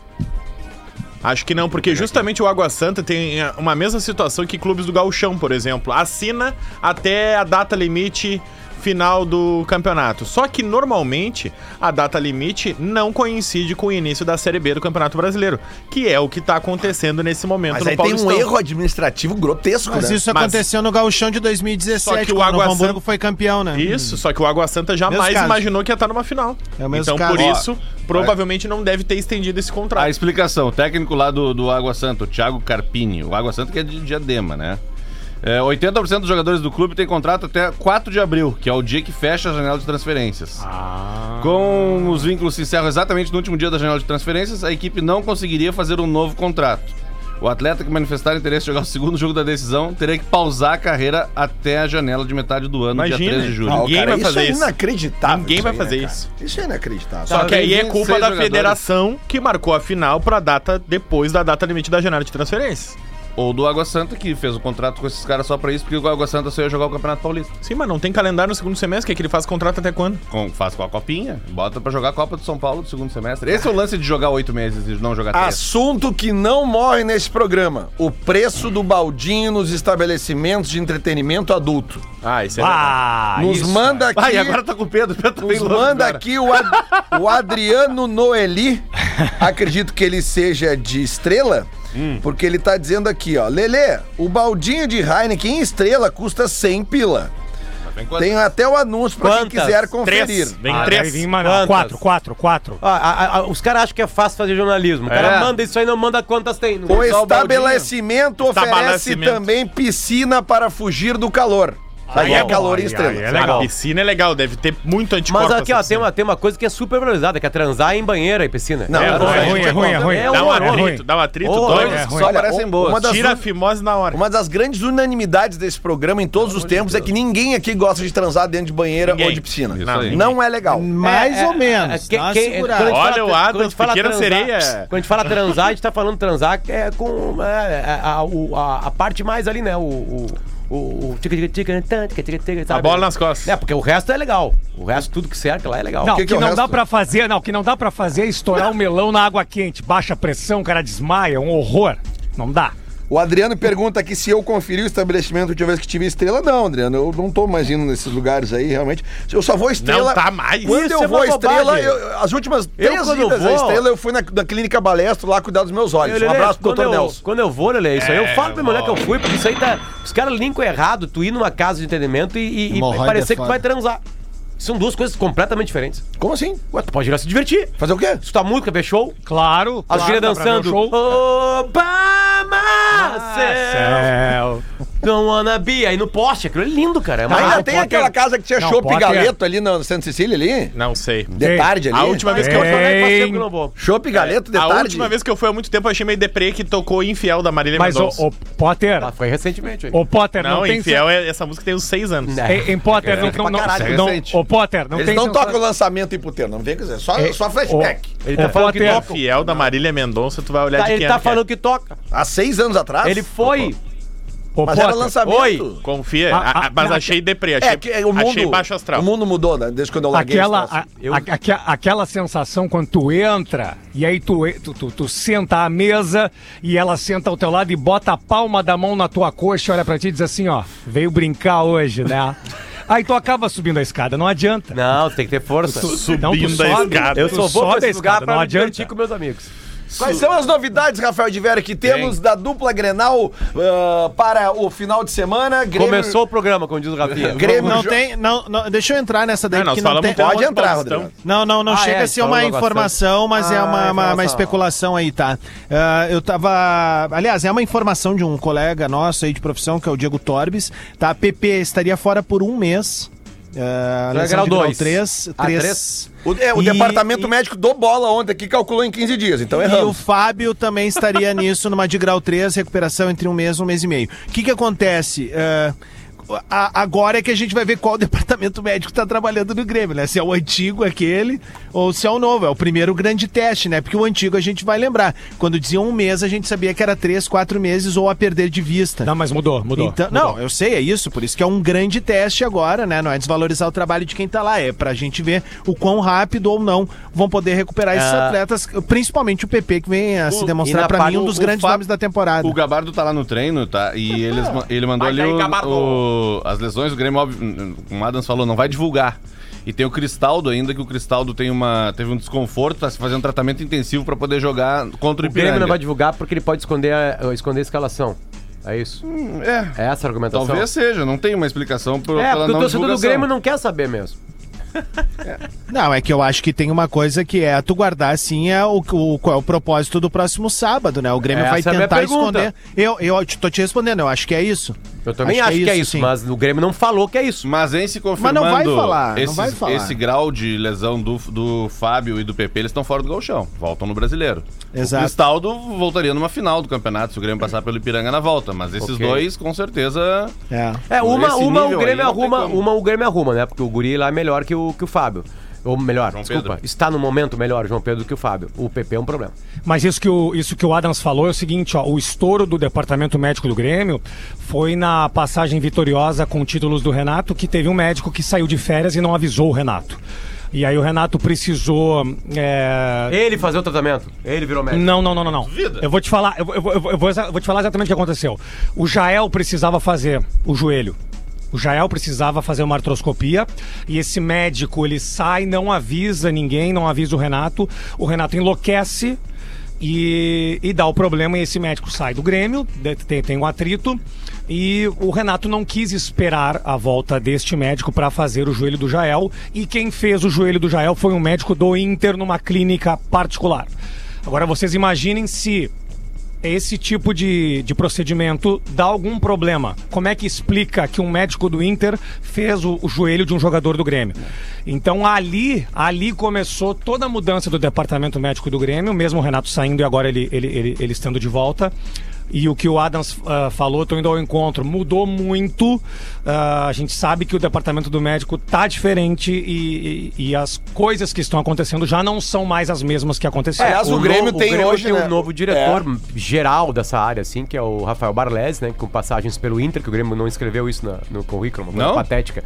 Acho que não, porque justamente o Água Santa tem eh, uma mesma situação que clubes do Gauchão, por exemplo. Assina até a data limite final do campeonato. Só que normalmente a data limite não coincide com o início da Série B do Campeonato Brasileiro, que é o que tá acontecendo nesse momento Mas no aí tem Paulistão. um erro administrativo grotesco, Mas né? isso Mas- aconteceu no Gauchão de 2017, Só que o quando Água o Hamburgo Santa- foi campeão, né? Isso, só que o Água Santa Mesmo jamais caso. imaginou que ia estar numa final. É o mesmo então, caso. por Ó, isso, provavelmente não deve ter estendido esse A contrato. explicação, o técnico lá do, do Água Santa, o Thiago Carpini. O Água Santa que é de diadema, né? É, 80% dos jogadores do clube tem contrato até 4 de abril, que é o dia que fecha a janela de transferências. Com os vínculos se encerram exatamente no último dia da janela de transferências, a equipe não conseguiria fazer um novo contrato. O atleta que manifestar interesse em jogar o segundo jogo da decisão teria que pausar a carreira até a janela de metade do ano, dia Imagina. 13 de julho. Ah, Ninguém vai fazer isso. isso. é inacreditável. Ninguém vai aí, fazer cara? isso. Isso é inacreditável. Só que aí é culpa da 26 jogadores. federação que marcou a final pra data depois da data limite da janela de transferência. Ou do Água Santa, que fez o contrato com esses caras só pra isso, porque o Água Santa só ia jogar o Campeonato Paulista. Sim, mas não tem calendário no segundo semestre, que é que ele faz contrato até quando? Com- faz com a copinha, bota pra jogar a Copa do São Paulo do segundo semestre. Esse é o lance de jogar oito meses e não jogar Ah, três. Assunto que não morre nesse programa: o preço do baldinho nos estabelecimentos de entretenimento adulto. Ah, isso é Ah, Nos isso. manda aqui. Ah, e agora tá com o Pedro. o Pedro tá bem Nos louco manda agora. aqui o, Ad- o Adriano <laughs> Noeli. Acredito que ele seja de estrela, Hum. porque ele tá dizendo aqui, ó. Lelê, o baldinho de Heineken em estrela custa 100 pila. Tem quanto? Tem até o anúncio pra quem Quantas? quiser conferir. Vem Ah, três. vai vir mais- não, Quatro, quatro, quatro. Ah, ah, ah, os caras acham que é fácil fazer jornalismo. O cara É. manda isso aí, não manda quantas tem. Não O só o baldinho. estabelecimento oferece Estabelecimento. também piscina para fugir do calor. Tá, Aí é bom, calor e aí, estrela. aí, é sabe? legal. A piscina é legal, deve ter muito assim. anticorpo. Mas aqui, ó, essa tem uma, tem uma coisa que é super valorizada, que é transar em banheiro e piscina. Não, É, não, bom, não, é não ruim, tem é ruim, é como. ruim. É Dá um horror, atrito, dá um atrito, Horror, dói. é Olha, Só parecem um- boas. Uma das, Tira a fimose na hora. uma das grandes unanimidades desse programa em todos os tempos é que ninguém aqui gosta de transar dentro de banheira Ninguém. ou de piscina. Isso Não, aí. Não é legal. Mais É, é, ou menos. é, Dá que- uma quem- segurada. quando a gente Olha o fala- Adams, quando a gente fala pequena transar- sereia. Quando a gente fala transar, a gente tá falando transar é com é, a, a- o- a- a parte mais ali, né? O. o o, o tica, tica, tica, né, tan, tica, tica, tica, sabe? A bola nas costas. É, porque o resto é legal. O resto, tudo que cerca lá é legal. Não, o que que, que é o não dá resto? pra fazer, não, o que não dá pra fazer é estourar o melão na água quente. Baixa pressão, o cara desmaia, é um horror. Não dá. O Adriano pergunta aqui se eu conferi o estabelecimento a última vez que tive estrela. Não, Adriano, eu não tô mais indo nesses lugares aí, realmente. Eu só vou estrela. Não tá mais. Quando Isso eu é vou uma estrela, bobagem. eu- as últimas Eu, três quando idas à vou- estrela, eu fui na, na clínica Balestro lá cuidar dos meus olhos. Lelê, um abraço pro quando Dr. eu- Nelson. Quando eu vou, Lelê, isso aí É, eu falo pra mulher que eu fui, porque isso aí tá. Os caras linkam errado, tu ir numa casa de entendimento e, e- e Hemorroida parecer é que tu foda. vai transar. São duas coisas completamente diferentes. Como assim? Ué, Tu pode ir lá se divertir. fazer o quê? Escutar música, ver show. Claro. As claro, gírias dá pra ver o dançando. show. Obama! céu, Céu. Don't wanna be. Aí no poste, aquilo é lindo, cara. É Ah, mais- tem Potter- aquela casa que tinha Não, show Potter- Galeto ali na Santa Cecília ali? Não sei. De Tem. tarde ali? A última vez que eu Tem. fui. Faz tempo que eu não vou. Chopp Galeto de A tarde? última vez que eu fui há muito tempo, eu achei meio deprê que tocou Infiel da Marília Mas, ô, Mendonça. ô, Potter, Ah, foi recentemente. aí. ô, Potter, não, Não, tem... Infiel, é, essa música tem uns seis anos. É, Né. Em, em Potter, não, não, pra caralho, não, recente. Ô, Potter, não Eles tem... não sensação- tocam o lançamento e puteiro, não vem dizer, só, É, só flashback. ô, Ele tá ô, falando que Potter, toca. Infiel da Marília Mendonça, tu vai olhar Tá, de quem ele é tá que falando que toca. Há seis anos atrás? Ele foi. ô, Mas Potter, era lançamento. Oi. é. Confia, Ah, A- a- a- a- mas na- achei deprê, achei, É, que o mundo, achei baixo astral. O mundo mudou, né? Desde quando eu larguei Aquela, tá esse assim. troço. a- a- aque- aquela sensação quando tu entra e aí tu, e- tu, tu, tu senta à mesa e ela senta ao teu lado e bota a palma da mão na tua coxa, olha pra ti e diz assim, ó, veio brincar <laughs> hoje, né? aí tu acaba subindo a escada, não adianta. Não, tem que ter força. Não, tu Subindo a sobe, escada. Eu tu só vou sobe pra a esse lugar escada, pra não me divertir adianta. com meus amigos. Quais são as novidades, Rafael de Vera, que temos da dupla Grenal ah, para o final de semana? Grêmio- Começou o programa, como diz o Rafinha. Grêmio- Não tem. Não, não- deixa eu entrar nessa daí, Não, nós porque não falamos tem. um pouco Pode de entrar, Paulistão. Rodrigo. Não, não, não Ah, chega é, a ser falou uma do Água informação, mas é Ah, uma, uma- uma informação. especulação aí, tá? Ah, eu tava. Aliás, é uma informação de um colega nosso aí de profissão, que é o Diego Torbes, tá? PP estaria fora por um mês. Ah, Não é lesão grau de grau dois. 3. Ah, 3. três? O, é, o departamento médico do bola ontem aqui calculou em 15 dias, então E o erramos. Fábio também <laughs> estaria nisso, numa de grau 3, recuperação entre um mês e um mês e meio. O que, que acontece? Ah, a- agora é que a gente vai ver qual <laughs> departamento médico está trabalhando no Grêmio, né? Se é o antigo aquele ou se é o novo. É o primeiro grande teste, né? Porque o antigo a gente vai lembrar. Quando diziam um mês, a gente sabia que era três, quatro meses ou a perder de vista. Não, mas mudou, mudou. Então- mudou. não, eu sei, é isso. Por isso que é um grande teste agora, né? Não é desvalorizar o trabalho de quem tá lá, é pra gente ver o quão rápido ou não vão poder recuperar esses Ah. atletas, principalmente o PP, que vem a se O- e demonstrar na pra parte, mim um o- dos o grandes Fábio- nomes da temporada. O Gabardo tá lá no treino, tá? E eles, ma- ele mandou Vai ali cair o, Gabardo. o- o- as lesões, o Grêmio, óbvio, como o Adams falou, não vai divulgar. E tem o Cristaldo ainda, que o Cristaldo tem uma, teve um desconforto, tá se fazendo tratamento intensivo pra poder jogar contra o O Grêmio Ipiranga. não vai divulgar porque ele pode esconder a, esconder a escalação. É isso. é, É essa a argumentação? talvez seja, não tem uma explicação pro, É, pela porque o não torcedor do divulgação. Grêmio não quer saber mesmo. Não, é que eu acho que tem uma coisa que é tu guardar assim é o, o- qual é o propósito do próximo sábado, né? O Grêmio Essa vai é a minha tentar pergunta. esconder. Eu, eu te- tô te respondendo, eu acho que é isso. Eu também acho, que é isso, sim. mas o Grêmio não falou que é isso. Mas em se confirmando não vai falar, não esses- vai falar. esse grau de lesão do, do Fábio e do PP, eles estão fora do galchão, voltam no brasileiro. Exato. O Cristaldo voltaria numa final do campeonato, se o Grêmio passar pelo Ipiranga na volta. Mas esses Ok. dois, com certeza. É. É, uma, Esse uma o nível Grêmio aí não tem arruma, como. uma o Grêmio arruma, né? Porque o Guri lá é melhor que o, que o Fábio. Ou melhor, João desculpa, Pedro. está no momento melhor o João Pedro que o Fábio. O PP é um problema. Mas isso que, o, isso que o Adams falou é o seguinte, ó, o estouro do departamento médico do Grêmio foi na passagem vitoriosa com títulos do Renato, que teve um médico que saiu de férias e não avisou o Renato. E aí o Renato precisou. é, Ele fazer o tratamento. Ele virou médico. Não, não, não, não, não. Eu vou te falar, eu, vou- eu vou- eu vou- eu vou exa- eu vou te falar exatamente o que aconteceu. O Jael precisava fazer o joelho. O Jael precisava fazer uma artroscopia e esse médico ele sai, não avisa ninguém, não avisa o Renato. O Renato enlouquece e, e dá o problema e esse médico sai do Grêmio, de- tem, tem um atrito e o Renato não quis esperar a volta deste médico para fazer o joelho do Jael e quem fez o joelho do Jael foi um médico do Inter numa clínica particular. Agora vocês imaginem se esse tipo de, de procedimento dá algum problema. Como é que explica que um médico do Inter fez o, o joelho de um jogador do Grêmio? Então ali, ali começou toda a mudança do departamento médico do Grêmio, mesmo o Renato saindo e agora ele, ele, ele, ele estando de volta. E o que o Adams ah, falou, estou indo ao encontro, mudou muito. Ah, a gente sabe que o departamento do médico tá diferente e, e- e as coisas que estão acontecendo já não são mais as mesmas que É, aconteceram. Aliás, o Grêmio tem hoje, né? um novo diretor É. geral dessa área, assim, que é o Rafael Barlese, né? Com passagens pelo Inter, que o Grêmio não escreveu isso na- no currículo, uma coisa Não? patética.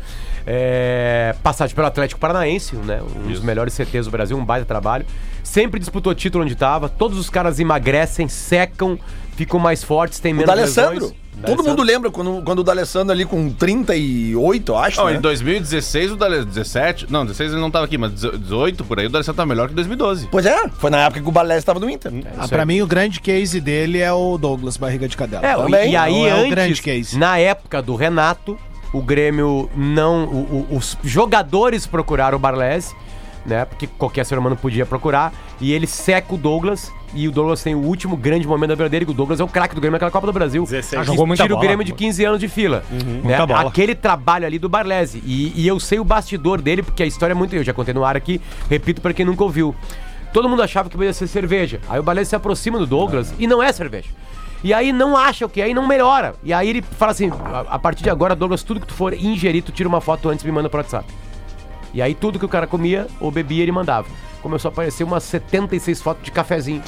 É, passagem pelo Atlético Paranaense, né? Um dos melhores CTs do Brasil, um baita trabalho. Sempre disputou título onde estava. Todos os caras emagrecem, secam, ficam mais fortes, têm O menos D'Alessandro. lesões. Todo mundo lembra quando, quando o D'Alessandro ali com 38, eu acho, Não, É. né? em 2016, o Dale... 17. Não, 16 ele não tava aqui, mas 18 por aí, o D'Alessandro tá melhor <laughs> que 2012. Pois é, foi na época que o Balés estava no Inter. Ah, pra mim, o grande case dele é o Douglas Barriga de Cadela. É, Também e aí não é um grande antes, case. na época do Renato, o Grêmio não... o- o- os jogadores procuraram o Barlese, né? Porque qualquer ser humano podia procurar. E ele seca o Douglas. E o Douglas tem o último grande momento da vida dele. que O Douglas é o craque do Grêmio naquela Copa do Brasil. 16. Que Jogou muita tira o bola. Grêmio de 15 anos de fila. né? Muita bola. Aquele trabalho ali do Barlese. E, e eu sei o bastidor dele, porque a história é muito... Eu já contei no ar aqui. Repito pra quem nunca ouviu. Todo mundo achava que podia ser cerveja. Aí o Barlese se aproxima do Douglas e não é cerveja. E aí não acha o que, aí não melhora. E aí ele fala assim: a, a partir de agora, Douglas, tudo que tu for ingerir, tu tira uma foto antes e me manda pro WhatsApp. E aí tudo que o cara comia ou bebia, ele mandava. Começou a aparecer umas 76 fotos de cafezinho.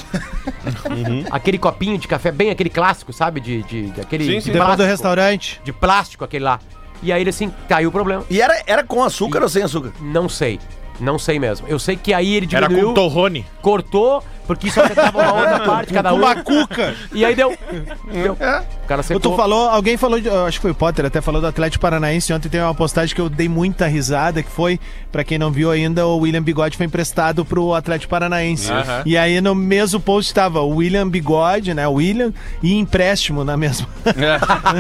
Aquele copinho de café, bem aquele clássico, sabe? De, de, de aquele Sim, de sim. Depois do plástico, restaurante. de plástico, aquele lá. E aí ele assim, caiu o problema. E era, era com açúcar ou sem açúcar? Não sei. Não sei mesmo. Eu sei que aí ele Era diminuiu, com o Torrone. cortou, porque isso afetava uma <laughs> outra parte, cada um. Cuca. E aí deu. deu. É. O cara secou. Tu falou, alguém falou, de- eu acho que foi o Potter, até falou do Atlético Paranaense. Ontem tem uma postagem que eu dei muita risada, que foi, pra quem não viu ainda, o William Bigode foi emprestado pro Atlético Paranaense. E aí no mesmo post tava o William Bigode, né? William e empréstimo na mesma. É.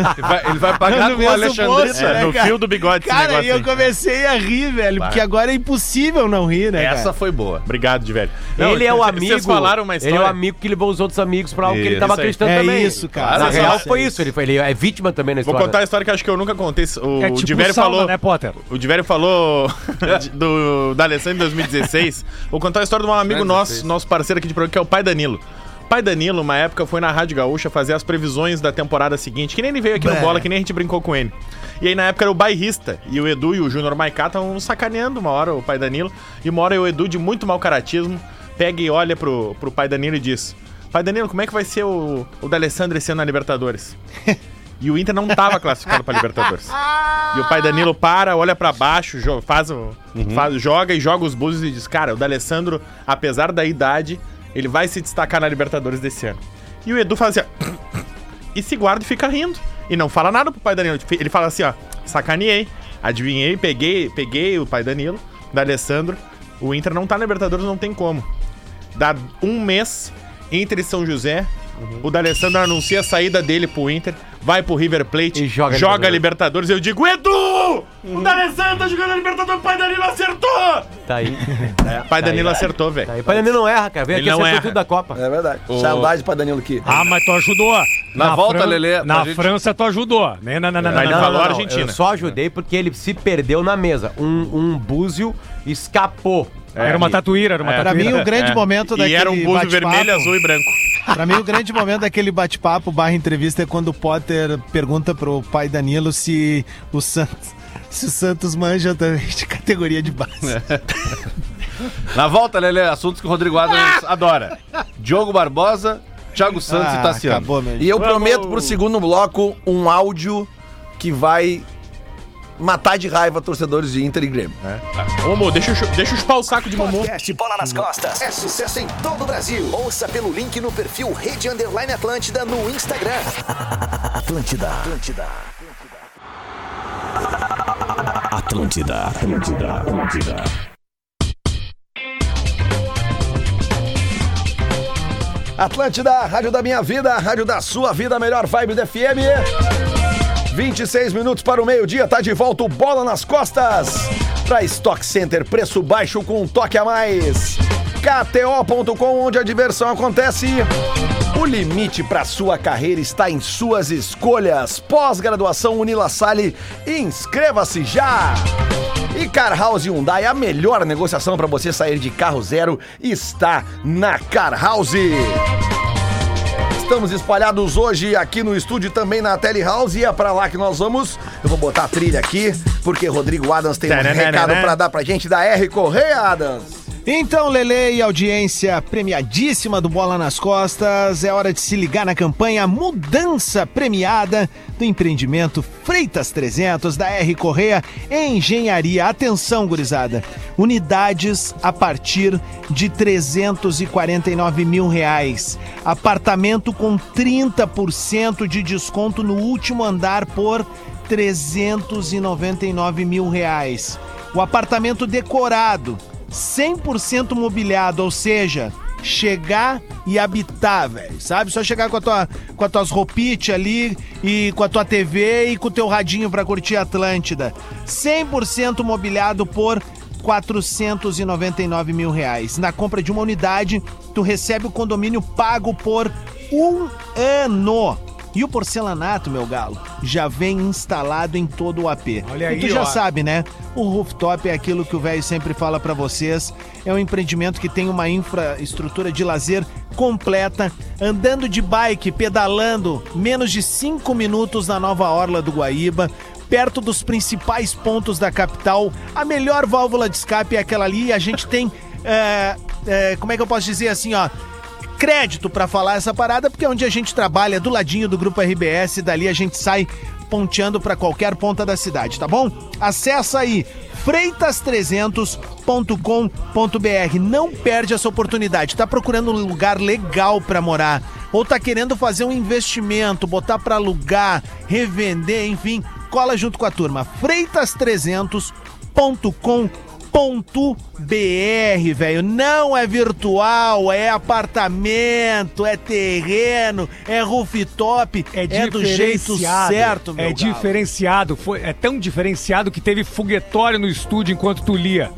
ele, vai, ele vai pagar No com o mesmo É, Alexandre. bolso, né, no cara? fio do bigode esse Cara, e negócio eu aí. comecei a rir, velho, porque agora é impossível não rir, né? Essa cara? foi boa. Obrigado, de velho. ele é o vocês amigo. falaram uma história. Ele é o amigo que levou os outros amigos pra algo que ele Isso tava aí. acreditando É também. isso, cara. Na Vocês real, falaram foi isso. Ele, foi, ele é vítima também na Vou história. contar a história que eu acho que eu nunca contei. O É de tipo Diverio sauna, falou. né, Potter? O Diverio falou de- do, da Alessandra em 2016. Vou contar a história de um amigo nosso, nosso parceiro aqui de programa, que é o pai Danilo. O Pai Danilo, uma época, foi na Rádio Gaúcha fazer as previsões da temporada seguinte, que nem ele veio aqui no Bola, que nem a gente brincou com ele. E aí, na época, era o bairrista. E o Edu e o Júnior Maicá estavam sacaneando uma hora o pai Danilo. E uma hora o Edu, de muito mau caratismo, pega e olha pro, pro pai Danilo e diz: Pai Danilo, como é que vai ser o, o da Alessandra esse ano na Libertadores? E o Inter não tava classificado pra Libertadores. E o pai Danilo para, olha pra baixo, jo- faz, o- faz- joga e joga os búzios e diz: Cara, o D'Alessandro, apesar da idade, ele vai se destacar na Libertadores desse ano. E o Edu fala assim: ó, E se guarda e fica rindo. E não fala nada pro pai Danilo. Ele fala assim: Ó, sacaneei. Adivinhei, peguei, peguei o pai Danilo, da Alessandro. O Inter não tá na Libertadores, não tem como. Dá um mês entre São José. O D'Alessandro anuncia a saída dele pro Inter, vai pro River Plate, E joga joga Libertadores. Eu digo, Edu! O D'Alessandro tá jogando a Libertadores, o pai Danilo acertou! Tá aí. É, pai Danilo acertou, velho. Tá aí. Pai Danilo não erra, cara. Vem aqui Ele não acertou erra. tudo da Copa. É verdade. Saudade pra Danilo aqui. Ah, mas tu ajudou. Na volta, Fran- Lelê, pra Na gente- França tu ajudou. Né, Não, não, não, não, Mas não, ele não. falou Argentina. Eu só ajudei porque ele se perdeu na mesa. Um, um búzio escapou. É, Era uma tatuíra, era uma É. Pra mim, tatuíra. o grande momento E daquele era um búzio bate-papo- vermelho, azul e branco. Pra mim, o grande momento daquele bate-papo barra entrevista é quando o Potter pergunta pro pai Danilo se o Santos, se o Santos manja também de categoria de base. Na volta, Lelê, assuntos que o Rodrigo <laughs> Adams adora. Diogo Barbosa, Thiago Santos e Tassiano. Ah, acabou, meu. E eu prometo pro segundo bloco um áudio que vai matar de raiva torcedores de Inter e Grêmio. Ô, amor, deixa eu, chu- deixa eu chupar o saco de Momô. Podcast Bola nas Costas. É sucesso em todo o Brasil. Ouça pelo link no perfil Rede Underline Atlântida no Instagram. <laughs> Atlântida. Atlântida. Atlântida. Atlântida. Atlântida. Atlântida, rádio da minha vida, rádio da sua vida, melhor vibe do FM. 26 minutos para o meio-dia, tá de volta o Bola nas Costas. Pra Stock Center, preço baixo com um toque a mais. KTO.com, onde a diversão acontece. O limite para sua carreira está em suas escolhas. Pós-graduação Unila Sale, inscreva-se já! E Car House Hyundai, a melhor negociação para você sair de carro zero está na Car House. Estamos espalhados hoje aqui no estúdio e também na Tele House e é pra lá que nós vamos. Eu vou botar a trilha aqui, porque Rodrigo Adams tem um Taranana. recado né? pra dar pra gente da R Correia, Adams. Então, Lele e audiência premiadíssima do Bola nas Costas, é hora de se ligar na campanha Mudança Premiada do empreendimento Freitas 300 da R Correia Engenharia. Atenção, gurizada. Unidades a partir de 349 mil reais. Apartamento com 30% de desconto no último andar por 399 mil reais. O apartamento decorado. 100% mobiliado, ou seja, chegar e habitar, velho. Sabe? Só chegar com, a tua, com as tuas roupites ali e com a tua TV e com o teu radinho pra curtir a Atlântida. 100% mobiliado por 499 mil reais. Na compra de uma unidade, tu recebe o condomínio pago por um ano. E o porcelanato, meu galo, já vem instalado em todo o AP. Olha e tu aí, já ó. sabe sabe, né? O rooftop é aquilo que o velho sempre fala pra vocês. É um empreendimento que tem uma infraestrutura de lazer completa, andando de bike, pedalando, menos de 5 minutos na nova orla do Guaíba. Perto dos principais pontos da capital, a melhor válvula de escape é aquela ali. E a gente tem, é, é, como é que eu posso dizer assim, ó? crédito pra falar essa parada, porque é onde a gente trabalha, do ladinho do grupo RBS, dali a gente sai ponteando pra qualquer ponta da cidade, tá bom? Acessa aí freitas300.com.br. Não perde essa oportunidade. Tá procurando um lugar legal pra morar ou tá querendo fazer um investimento, botar pra alugar, revender, enfim, cola junto com a turma. freitas300.com.br Ponto .br, velho. Não é virtual, é apartamento, é terreno, é rooftop, é, do jeito diferenciado, certo, meu É galo. diferenciado. Foi, é tão diferenciado que teve foguetório no estúdio enquanto tu lia.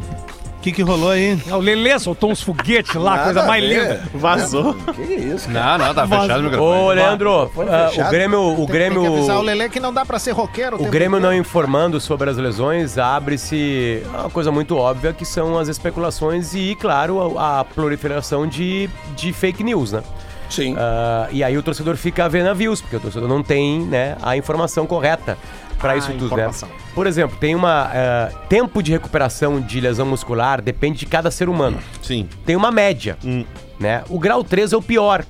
O que, que rolou aí? Ah, O Lelê soltou uns foguetes lá, coisa mais linda. Vazou. É, Que isso, cara? Não, não, tá fechado o microfone. Ô, Leandro, ah, o Grêmio. O Grêmio. Tem que avisar o né? Lelê que não dá pra ser roqueiro. O Grêmio não informando sobre as lesões abre-se é uma coisa muito óbvia que são as especulações e, claro, a, a proliferação de, de fake news, né? Sim. Ah, e aí o torcedor fica vendo a views, porque o torcedor não tem né, a informação correta Ah, para isso tudo, né? informação. Por exemplo, tem uma ah, tempo de recuperação de lesão muscular depende de cada ser humano. Sim. Tem uma média, né? O grau 3 é o pior.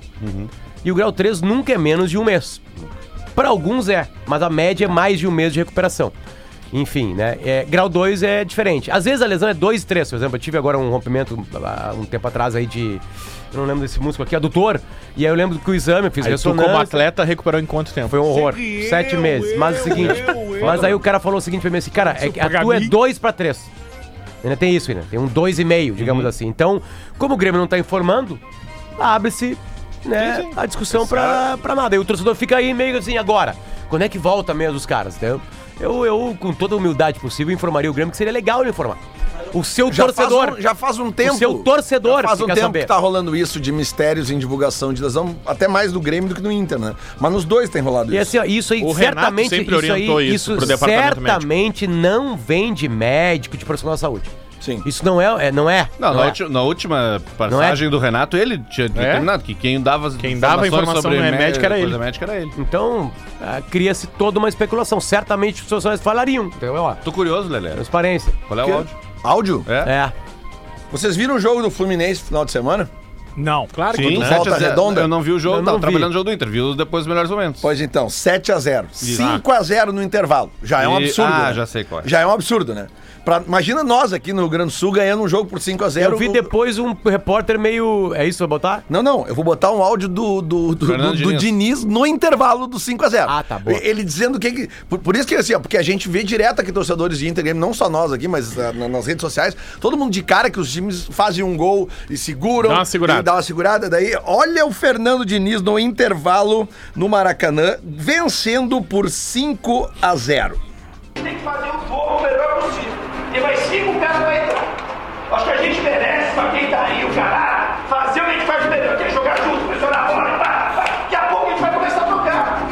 E o grau 3 nunca é menos de um mês. Para alguns é, mas a média é mais de um mês de recuperação. Enfim, né? É, grau 2 é diferente. Às vezes a lesão é 2 e 3, por exemplo. Eu tive agora um rompimento há um tempo atrás aí de. Eu não lembro desse músculo aqui, adutor. E aí eu lembro que o exame, eu um fiz Aí tu, ressonância. como atleta, recuperou em quanto tempo? Foi um horror. Sempre Sete eu, meses. Mas é o eu, seguinte. eu, mas eu. aí o cara falou o seguinte pra mim assim, cara, é, que a pagar tua é mil- 2 pra 3. Ainda tem isso, ainda. Tem um 2,5, digamos assim. Então, como o Grêmio não tá informando, abre-se né, a discussão pra, pra nada. E o torcedor fica aí meio assim, agora. Quando é que volta mesmo os caras? Então, eu, eu, com toda a humildade possível, informaria o Grêmio que seria legal ele informar. O seu Já torcedor. Faz um, já faz um tempo. O seu torcedor já faz um fica tempo saber. que tá rolando isso de mistérios em divulgação de lesão, até mais do Grêmio do que no Inter, né? Mas nos dois tem rolado E isso. assim, ó, isso aí O Renato certamente, sempre isso aí, orientou isso isso, pro departamento certamente não vem de médico de profissional da saúde. Sim. Isso não é, é- não é. Não, tipo- na, ulti- na última passagem do Renato, ele tinha determinado que quem dava as Quem dava informações informação no mé- médico era coisa ele. médica era ele. Então, ah, cria-se toda uma especulação. Certamente os profissionais falariam. Então, ó, Tô curioso, Lelé. transparência. Qual é o áudio? Áudio? É. Vocês viram o jogo do Fluminense no final de semana? Não. Claro Sim, Volta 7 a 0. Redonda? Eu não vi o jogo, Eu tava não vi. trabalhando no jogo do Inter, vi os depois os melhores momentos. Pois então, 7 a 0 5 a 0 no intervalo. Já é um E- absurdo. Ah, né? já sei qual é. Já é um absurdo, né? Pra- imagina nós aqui no Rio Grande do Sul ganhando um jogo por 5 a 0 Eu vi no- depois um repórter meio. É isso, vai botar? Não, não, eu vou botar um áudio do, do, do, Fernando do- do Diniz. Diniz no intervalo do 5x0. Ah, tá, boa. Ele dizendo o que. que- por, por isso que assim, ó, porque a gente vê direto aqui torcedores de Inter, Grêmio, não só nós aqui, mas ah, na- nas redes sociais, todo mundo de cara que os times fazem um gol e seguram. Dá uma segurada. E dá uma segurada. Daí, olha o Fernando Diniz no intervalo no Maracanã, vencendo por 5 a 0 tem que fazer o jogo o melhor possível. Tem mais cinco caras pra entrar. Acho que a gente merece, pra quem tá aí, o caralho, fazer o que a gente faz melhor, que é jogar junto, pressionar a bola, pá, pá. Daqui a pouco a gente vai começar a tocar.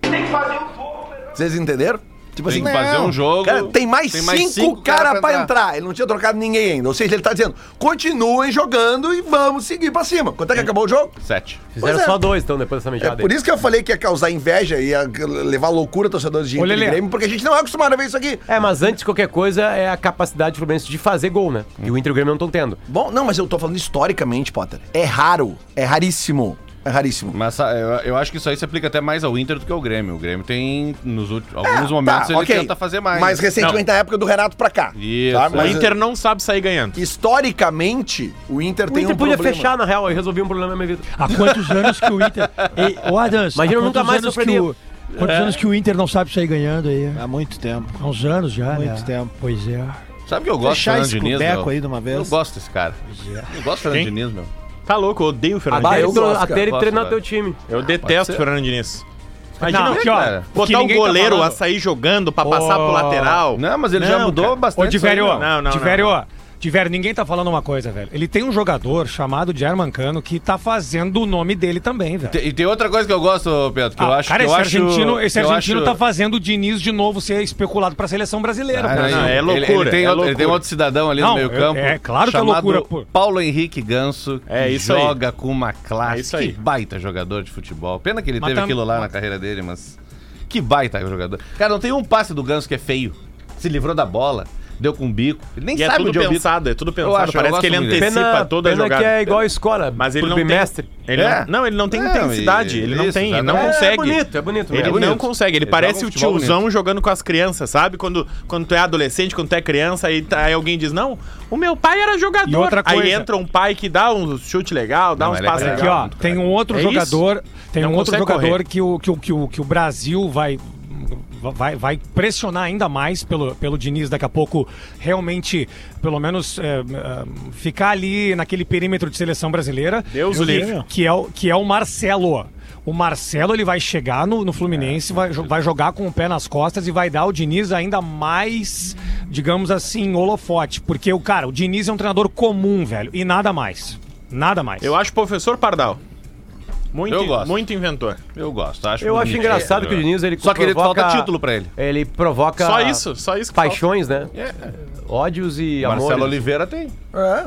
Tem que fazer o jogo melhor. Vocês entenderam? Tipo Tem que fazer um jogo, Cara, tem mais tem mais cinco, cinco cara, cara pra pra entrar. entrar. Ele não tinha trocado ninguém ainda. Ou seja, ele tá dizendo: continuem jogando e vamos seguir pra cima. Quanto é que acabou o jogo? 7. Fizeram Pois é. só dois, então, depois dessa É mijada. por isso que eu falei que ia causar inveja e ia levar loucura a torcedores de Ô, Inter e Lelê. Grêmio, porque a gente não é acostumado a ver isso aqui. aí. É, mas antes de qualquer coisa, é a capacidade do Fluminense de fazer gol, né? Que o Inter e o Grêmio não estão tendo. Bom, não, mas eu tô falando historicamente, Potter. É raro, é raríssimo. É raríssimo. Mas sa- eu, eu acho que isso aí se aplica até mais ao Inter do que ao Grêmio. O Grêmio tem, nos últimos, alguns momentos, ele Ah, tá, ok. tenta fazer mais. Mas recentemente, na época do Renato pra cá. Isso, tá? é. O Mas, Inter não sabe sair ganhando. Historicamente, o Inter O tem Inter um podia problema. fechar, na real, e resolver um problema na minha vida. Há quantos anos que o Inter. <laughs> Ei, ô Adams, Imagina, eu há nunca quantos mais anos sofreria. que o... Quantos anos que o Inter não sabe sair ganhando aí? Há muito tempo. Há uns anos já, né? Muito tempo. Pois é. Sabe que eu gosto do Fechar Fernando esse Diniz, clubeco meu? aí de uma vez. Eu gosto desse cara. Eu gosto do Fernando Diniz, meu. Tá louco, eu odeio o Fernando Até eu ele, tro- gosto, até cara, ele gosto, treinar velho. teu time. Eu detesto é- ser. o Fernando Diniz. Imagina Não, aqui, ó. cara. o que Botar o ninguém tá goleiro, falando. a sair jogando pra passar pro lateral. Não, mas ele já Não, mudou cara. bastante. Ô, Tiverio, isso aí, meu. Não, não, Tiverio, não. ó, Tiverio, ninguém tá falando uma coisa, velho. Ele tem um jogador chamado German Cano que tá fazendo o nome dele também, velho. Te- E tem outra coisa que eu gosto, Pedro, que eu Ah, acho que cara, eu esse acho- argentino, esse que eu argentino acho- tá fazendo o Diniz de novo ser especulado pra seleção brasileira. Ah, pô. não, não, é ele- loucura, Ele, tem é outro, loucura. ele tem outro cidadão ali no Não, meio campo. é- é claro que é chamado loucura, pô. Paulo Henrique Ganso. É que isso aí. Joga com uma classe. É isso aí. Que baita jogador de futebol. Pena que ele Mas teve tam- aquilo lá na carreira dele, mas. Que baita jogador. Cara, não tem um passe do Ganso que é feio. Se livrou da bola, deu com o bico. Ele nem E é sabe tudo onde é o bico. pensado, é tudo Eu pensado. acho, eu Parece gosto que ele muito dele. antecipa Pena, toda a pena jogada. que é igual a escola. Mas ele não tem. mestre. Ele É. não, não, ele não tem Não, intensidade. e- ele não isso, tem, ele não exatamente. consegue. É bonito, é bonito. Ele mesmo. bonito. não consegue, ele Ele parece joga um o futebol tiozão jogando com as crianças, sabe? Quando, quando tu é adolescente, quando tu é criança, aí, tá- aí alguém diz: Não, o meu pai era jogador. E outra Aí coisa- entra um pai que dá um chute legal, dá Não, uns ele é passes Aqui, legais. ó, tem um outro É isso? jogador, tem Não um outro consegue correr. jogador que o, que, o, que, o, que o Brasil vai, vai, vai pressionar ainda mais pelo, pelo Diniz daqui a pouco, realmente, pelo menos, é, é, ficar ali naquele perímetro de seleção brasileira. Deus o que, livre. Que é, o- que é o Marcelo. O Marcelo ele vai chegar no, no É. Fluminense, vai, jo- vai jogar com o pé nas costas e vai dar ao Diniz ainda mais, digamos assim, holofote. Porque o cara, o Diniz é um treinador comum, velho, e nada mais. Nada mais. Eu acho o professor Pardal. Muito, Eu gosto. muito inventor. Eu gosto, acho Eu acho bonito. É. engraçado que o Diniz ele Só que ele provoca- falta título pra ele. Ele provoca Só isso, só isso que paixões, né? Ódios e amor. Marcelo Oliveira tem. É.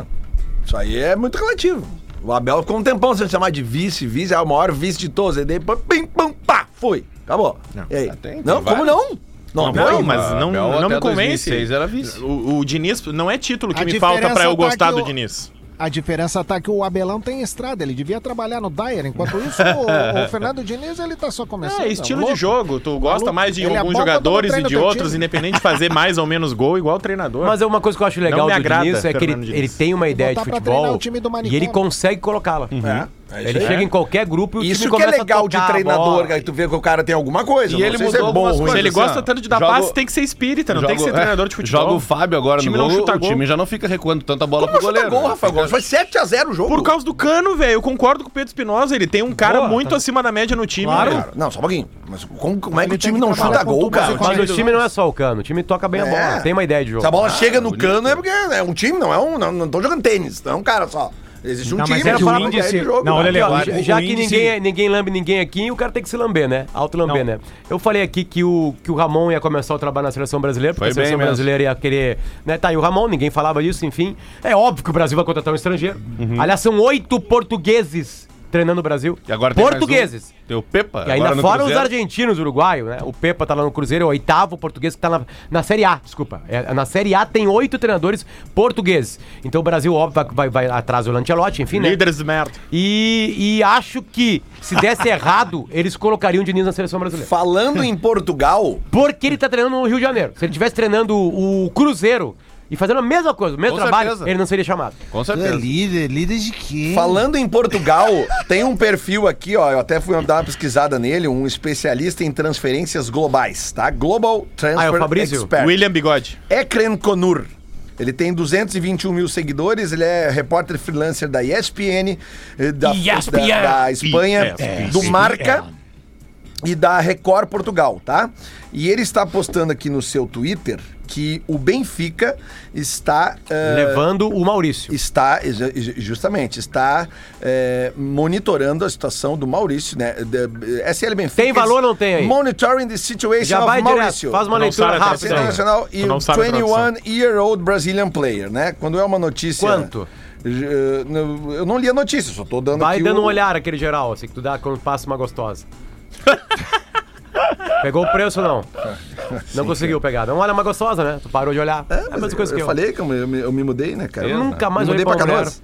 Isso aí é muito relativo. O Abel ficou um tempão sem chamar de vice, vice, é o maior vice de todos. E depois, pim, pam, pá, foi. Acabou. Não, e aí? Ah, tem- tem não como vários. não? Não, Não, foi? mas não, Abel não me até convence. 2006 era vice. O, o Diniz não é título que A me falta pra diferença eu tá gostar que do o- Diniz. A diferença tá que o Abelão tem estrada, ele devia trabalhar no Dyer. Enquanto isso, <laughs> o, o Fernando Diniz, ele tá só começando. É, estilo louco. de jogo. Tu gosta Maluco. mais de Ele é alguns bom quando jogadores e treina de o teu outros, time. independente de fazer mais ou menos gol, igual o treinador. Mas é uma coisa que eu acho legal Não me do agrada, Diniz é que ele, Fernando ele Diniz. tem uma ideia de botar pra treinar futebol o time do e Manicom. ele consegue colocá-la. É isso Ele aí. chega em qualquer grupo e o Isso time que é começa a legal de tocar a treinador, bola. cara, que tu vê que o cara tem alguma coisa. E ele sei se é mudou algumas ruim. coisas, Se ele assim, gosta ó, tanto de dar joga- passe, tem que ser espírita, não tem que ser Joga- treinador <laughs> de é, futebol. Joga o Fábio agora O time no não gol, chuta o gol. time já não fica recuando tanta bola Como pro chuta goleiro. gol, Rafa Gomes? Foi 7x0 o jogo. Por causa do cano, velho. Eu concordo com o Pedro Espinosa. Ele tem um cara Boa, muito tá. acima da média no time. Claro. velho. Cara, não, só um pouquinho. Mas como, como é que Ele o time tem que não trabalhar chuta com gol, tudo, cara? mas Mas o time não é só o cano, o time toca bem a bola, tem uma ideia de jogo. Se a bola chega no cano é porque é um time, não é um. Não, não tô jogando tênis, não é um cara só. Existe um Não, time, mas é que o uma ideia índice- de jogo, não, olha cara. ali, Aqui, ó, Olha, já- o já que índice- ninguém, ninguém lambe ninguém aqui, o cara tem que se lamber, né? Alto lamber, né? Eu falei aqui que o, que o Ramon ia começar o trabalho na seleção brasileira, porque Foi a seleção bem mesmo. brasileira ia querer. Né? Tá, e o Ramon, ninguém falava disso, enfim. É óbvio que o Brasil vai contratar um estrangeiro. Aliás, são oito portugueses treinando o Brasil. E agora tem mais um. portugueses. Tem o Pepa. E ainda agora no fora Cruzeiro. os argentinos, uruguaio, né? O Pepa tá lá no Cruzeiro, é o oitavo português que tá na, na Série A, desculpa. É, na Série A tem oito treinadores portugueses. Então o Brasil, óbvio, vai, vai atrás do Lancelotti, enfim, né? Líderes de merda. E, e acho que se <laughs> desse errado, eles colocariam o Diniz na seleção brasileira. Falando em Portugal, Porque ele tá treinando no Rio de Janeiro. Se ele estivesse treinando o Cruzeiro e fazendo a mesma coisa, o mesmo Com trabalho, certeza. ele não seria chamado. É, Com certeza. É líder, líder de quê? Falando em Portugal, tem um perfil aqui, ó. Eu até fui dar uma pesquisada nele, um especialista em transferências globais, tá? Global Transfer Ah, é o Fabrício? Expert. William Bigode. Ekren Konur. Ele tem 221 mil seguidores, ele é repórter freelancer da ESPN, eh, da, ESPN. da, da Espanha, do Marca e da Record Portugal, tá? E ele está postando aqui no seu Twitter que o Benfica está eh, Levando o Maurício. Está, exa- ju- justamente, está é, monitorando a situação do Maurício, né? Da- SL Benfica. Tem valor ou não tem aí? Monitoring the situation Já of vai Maurício. direto, faz uma Não leitura sabe a rápida. aí. Internacional e Tu não sabe a 21-year-old Brazilian player, né? Quando é uma notícia... Quanto? J- eh, não- Eu não li a notícia, só tô dando Vai aqui dando o- um olhar aquele geral, assim, que tu dá quando passa <laughs> uma gostosa. Pegou o preço ou não? Não conseguiu pegar. Não olha uma gostosa, né? Tu parou de olhar. É, É, a mas mesma coisa eu, que eu falei que eu me, eu me- eu me mudei, né, cara? Eu nunca mais me olhei mudei pra um pra uma Canoas.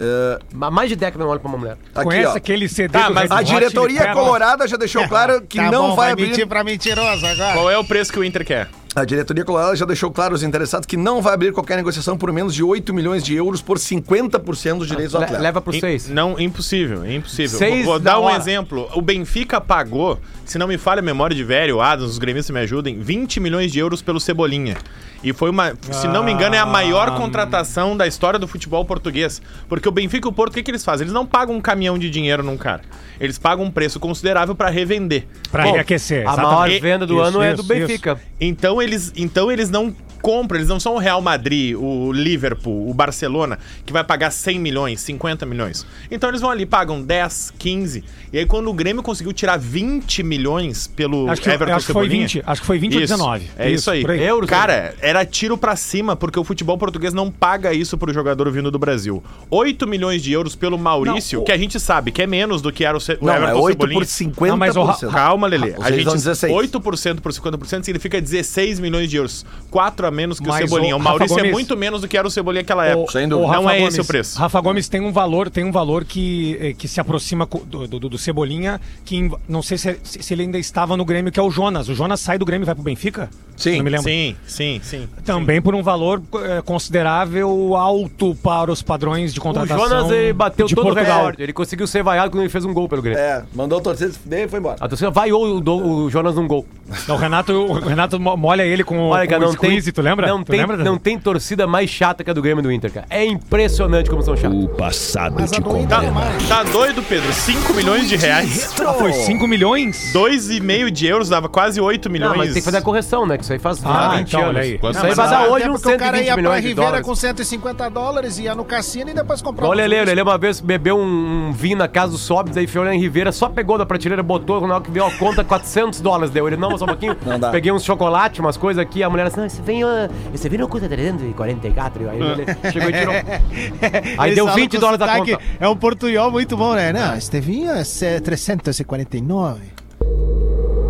Eh, Há mais de década eu não olho pra uma mulher. aqui, Conhece ó. aquele CD Tá, ah, do mas Red A Hot Chili diretoria Peppers? colorada já deixou claro <laughs> que Tá não bom, vai abrir mentir pra mentiroso agora. Qual é o preço que o Inter quer? A diretoria colorada já deixou claro aos interessados que não vai abrir qualquer negociação por menos de 8 milhões de euros por 50% dos direitos do Ah, Le- atleta. leva pro In- seis. Não, impossível, é impossível. Seis vou vou da dar um hora. exemplo. O Benfica pagou, se não me falha a memória de velho, Adams, os gremistas me ajudem, 20 milhões de euros pelo Cebolinha. E foi uma, se não me engano, Ah. é a maior contratação da história do futebol português. Porque o Benfica e o Porto, o que, que eles fazem? Eles não pagam um caminhão de dinheiro num cara. Eles pagam um preço considerável pra revender. Pra Bom, reaquecer. A exatamente. maior E- venda do isso, ano é do isso, Benfica. Então eles, então eles não compram, eles não são o Real Madrid, o Liverpool, o Barcelona, que vai pagar 100 milhões, 50 milhões. Então eles vão ali, pagam 10, 15. E aí quando o Grêmio conseguiu tirar 20 milhões pelo Acho que- acho que foi É Cebolinha, 20, acho que foi 20 ou 19. É isso, Isso, aí. por aí. né? Euros, Cara, era tiro pra cima, porque o futebol português não paga isso pro jogador vindo do Brasil. 8 milhões de euros pelo Maurício, Não, o- que a gente sabe que é menos do que era o, Ce- o Não, é Everton 8 Cebolinha. por 50%. Não, mas o Ra- Calma, Ah, Lelê. A vocês gente, dão 16. 8% por 50% significa 16 milhões de euros. 4 a menos que o Mas o Cebolinha. O, Rafa Maurício é Gomes- muito menos do que era o Cebolinha naquela época. sem não dúvida. Rafa é esse Gomes- o preço. Rafa Gomes tem um valor, tem um valor que, eh, que se aproxima co- do, do, do Cebolinha, que em- não sei se, se se ele ainda estava no Grêmio, que é o Jonas. O Jonas sai do Grêmio e vai pro Benfica? Sim, não me lembro. Sim, sim, sim. Também por um valor eh, considerável alto para os padrões de O contratação. Jonas ele bateu de todo o Portugal. recorde. Ele conseguiu ser vaiado quando ele fez um gol pelo Grêmio. É, mandou a torcida se fuder e foi embora. A torcida vaiou o, do- o Jonas num gol. O Renato, o Renato mo- molha ele com, o- Olha, com cara, o não tem, squeeze, tu lembra? Não, tu tem, lembra? não tem torcida mais chata que a do Grêmio e do Inter, cara. É impressionante como são chatos. Mas a do Tá, Inter é mais. tá doido, Pedro? 5 milhões de reais. Ah, foi 5 milhões? 2,5 de euros dava quase 8 milhões. Não, mas tem que fazer a correção, né? Que isso aí faz Ah, 20 então, anos. olha aí. Isso Não, aí mas vai dar até hoje uns É, porque o cara 120 ia pra milhões de Rivera dólares. com 150 dólares, ia no cassino e depois comprava. Olha o Lele, o um Lele uma vez bebeu um, um vinho na casa do Sobs, aí foi olhar em Ribeira, só pegou da prateleira, botou, na hora que veio a conta, 400 dólares deu. Ele, não, mas só um pouquinho, <laughs> Não dá. peguei uns chocolate, umas coisas aqui, a mulher assim, não, esse vinho, ah, esse vinho custa 344, aí ele chegou e tirou. <laughs> Aí Eles deu falam 20 com dólares da sotaque, conta. É um portunhol muito bom, né? Não, este vinho é 349.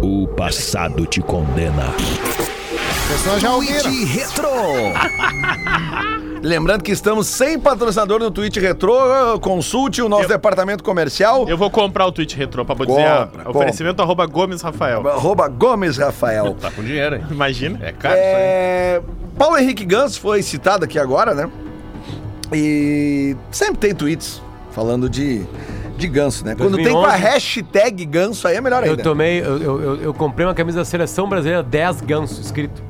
O passado te condena. pessoas já ouviram. Tweet Retro. Lembrando que estamos sem patrocinador no Twitch Retro. Consulte o nosso departamento comercial. Eu vou comprar o tweet retrô pra poder dizer. Compra, ah, compra. oferecimento arroba Gomes Rafael. Arroba Gomes <laughs> Rafael. Tá com dinheiro, hein? Imagina. É caro isso aí. É, Paulo Henrique Gans foi citado aqui agora, né? E sempre tem tweets falando de, de ganso, né? Quando tem com a 2011. hashtag ganso aí é melhor Eu ainda. tomei, eu, eu- eu- eu comprei uma camisa da seleção brasileira 10 ganso escrito.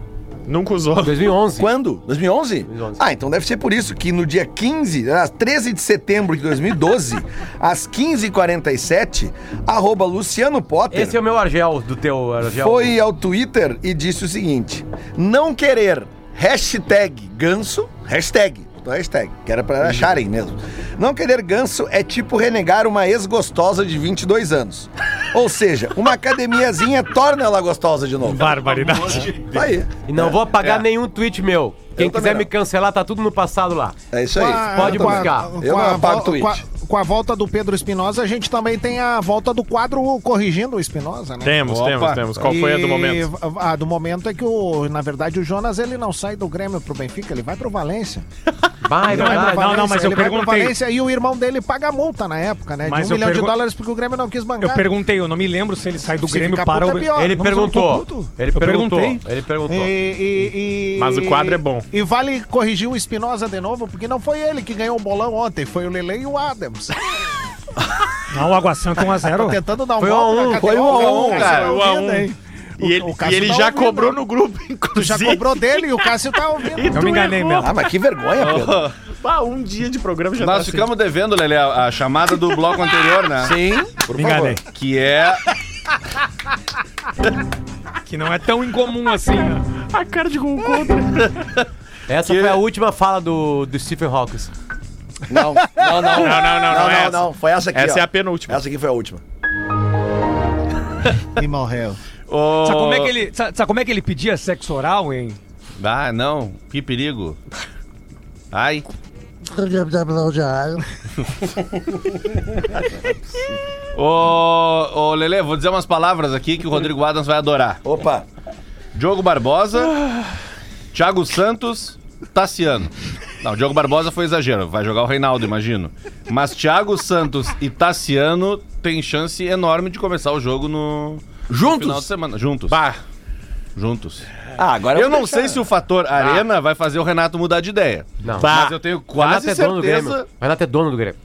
Nunca usou. 2011. Quando? 2011? 2011. Ah, então deve ser por isso que no dia 15, ah, 13 de setembro de <laughs> 2012, às 15h47, arroba Luciano Potter Esse é o meu argel, do teu argel. foi ao Twitter e disse o seguinte: não querer hashtag ganso, hashtag, botou hashtag, que era pra acharem mesmo. Não querer ganso é tipo renegar uma ex-gostosa de 22 anos. Ou seja, uma academiazinha torna ela gostosa de novo. Barbaridade. Tá aí. E É, não vou apagar nenhum tweet meu. Quem Eu também quiser não. me cancelar, tá tudo no passado lá. É isso aí. Pode buscar. Eu não apago vol- tweet. Com a, com a volta do Pedro Espinosa, a gente também tem a volta do quadro corrigindo o Espinosa, né? Temos, Opa. temos, temos. Qual foi a do E momento? A do momento é que, o, na verdade, o Jonas ele não sai do Grêmio pro Benfica, ele vai pro Valência. Vai, Ele vai vai, pra vai. Valência, não, mas eu é ele vai pra perguntei. Valência e o irmão dele paga a multa na época, né? Mas de um eu milhão de pergun- dólares porque o Grêmio não quis bancar. Eu perguntei, eu não me lembro se ele sai do Se Grêmio ficar para puto o. é pior. Ele Não, mas eu não tô perguntou. puto. Ele Eu perguntou. perguntei. Ele perguntou. E- e- e- Mas o quadro é bom. E vale corrigir o Espinosa de novo, porque não foi ele que ganhou o bolão ontem, foi o Lele e o Adams. Não, o Água Santa 1 a Tô <laughs> 0 tentando dar um Foi um a golpe um, na foi KTO, um a o um, Cássio cara, tá um a ouvindo, um. hein? E ele, o e Cássio ele tá já ouvindo. cobrou no grupo, Tu inclusive. já cobrou dele e o Cássio tá ouvindo. <laughs> Eu me enganei mesmo. Ah, mas que vergonha, Oh. É, Pedro. Ah, um dia de programa <laughs> já assim. tá Nós ficamos devendo, Lelê, a, a chamada do bloco anterior, né? Sim, por Me favor. enganei. Que é. Que não é tão incomum assim, né? A cara de gol contra. Essa foi a última fala do, do Stephen Hawking. Não, não, não. Não, não, não, não é essa. Foi essa aqui. Essa ó. é a penúltima. Essa aqui foi a última. E morreu. o- Sabe como é que ele, sabe, sabe como é que ele pedia sexo oral, hein? Ah, não. Que perigo. <laughs> Ai. Ô, ô, Lelê, vou dizer umas palavras aqui que o Rodrigo Adams vai adorar. Opa. Diogo Barbosa, Thiago Santos, Tassiano. Não, Diogo Barbosa foi exagero, vai jogar o Reinaldo, imagino. Mas Thiago Santos e Tassiano têm chance enorme de começar o jogo no no final de Juntos? semana. Juntos. Bah. Juntos. Ah, agora um Eu vou não deixar. sei se o fator arena vai fazer o Renato mudar de ideia. Não. Ah. Mas eu tenho quase Renato é dono do certeza. Grêmio. Renato é dono do Grêmio.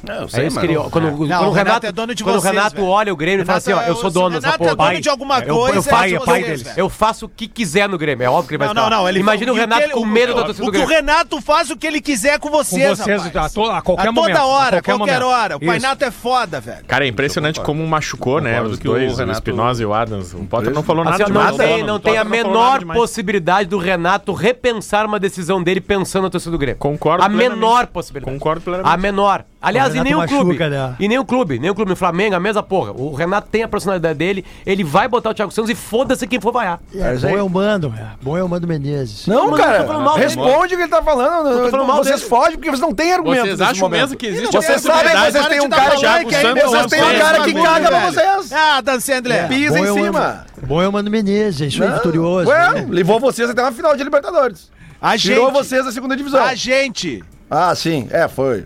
Não, eu <laughs> é isso que ele. mas- Quando, quando Não, o Renato, é dono de Quando vocês, o Renato velho. olha o Grêmio e fala assim: ó, eu sou dono dessa Renato porra. é dono de alguma eu- coisa. eu pai- é de pai vocês, deles. velho. Eu faço o que quiser no Grêmio. É óbvio que ele vai Não, não, falar. não. Ele Imagina o que Renato ele- com medo da torcida O do que o Grêmio. Renato faz o que ele quiser com Com vocês, vocês a, rapaz. to- a qualquer a momento. toda hora, a a qualquer, hora. O Isso. Painato é foda, velho. Cara, é impressionante como machucou, né? concordo Os que o dois, o, Renato- Espinosa e o Adams. O Potter não falou nada Assim, ó, demais. não tem, o não tem a Potter não falou nada menor demais. possibilidade do Renato repensar uma decisão dele pensando na torcida do Grêmio. Concordo A plenamente. menor possibilidade. Concordo plenamente. A menor. Aliás, O e Renato nenhum machuca, clube. né? E nenhum clube. Nenhum clube. No Flamengo, a mesma porra. O Renato tem a personalidade dele. Ele vai botar o Thiago Santos e foda-se quem for vaiar. É, isso aí. bom eu mando, é. Bom eu mando Menezes. Não, Mas eu cara. tô falando mal dele. responde o que ele tá falando. falando mal vocês dele. fogem porque vocês não têm argumento. Vocês nesse acham momento. mesmo que existe Vocês uma sabem, possibilidade? vocês têm um cara Thiago que aí, Santos, vocês têm um Santos, cara que Santos, caga pra é velho. vocês. Ah, Dan Sandler. Pisa É, Bom em eu cima. mando- Bom eu mando Menezes, é tipo, isso aí, vitorioso. Ué, né? levou vocês até uma final de Libertadores. A Tirou então. gente. vocês da segunda divisão. A gente. Ah, sim. É, foi.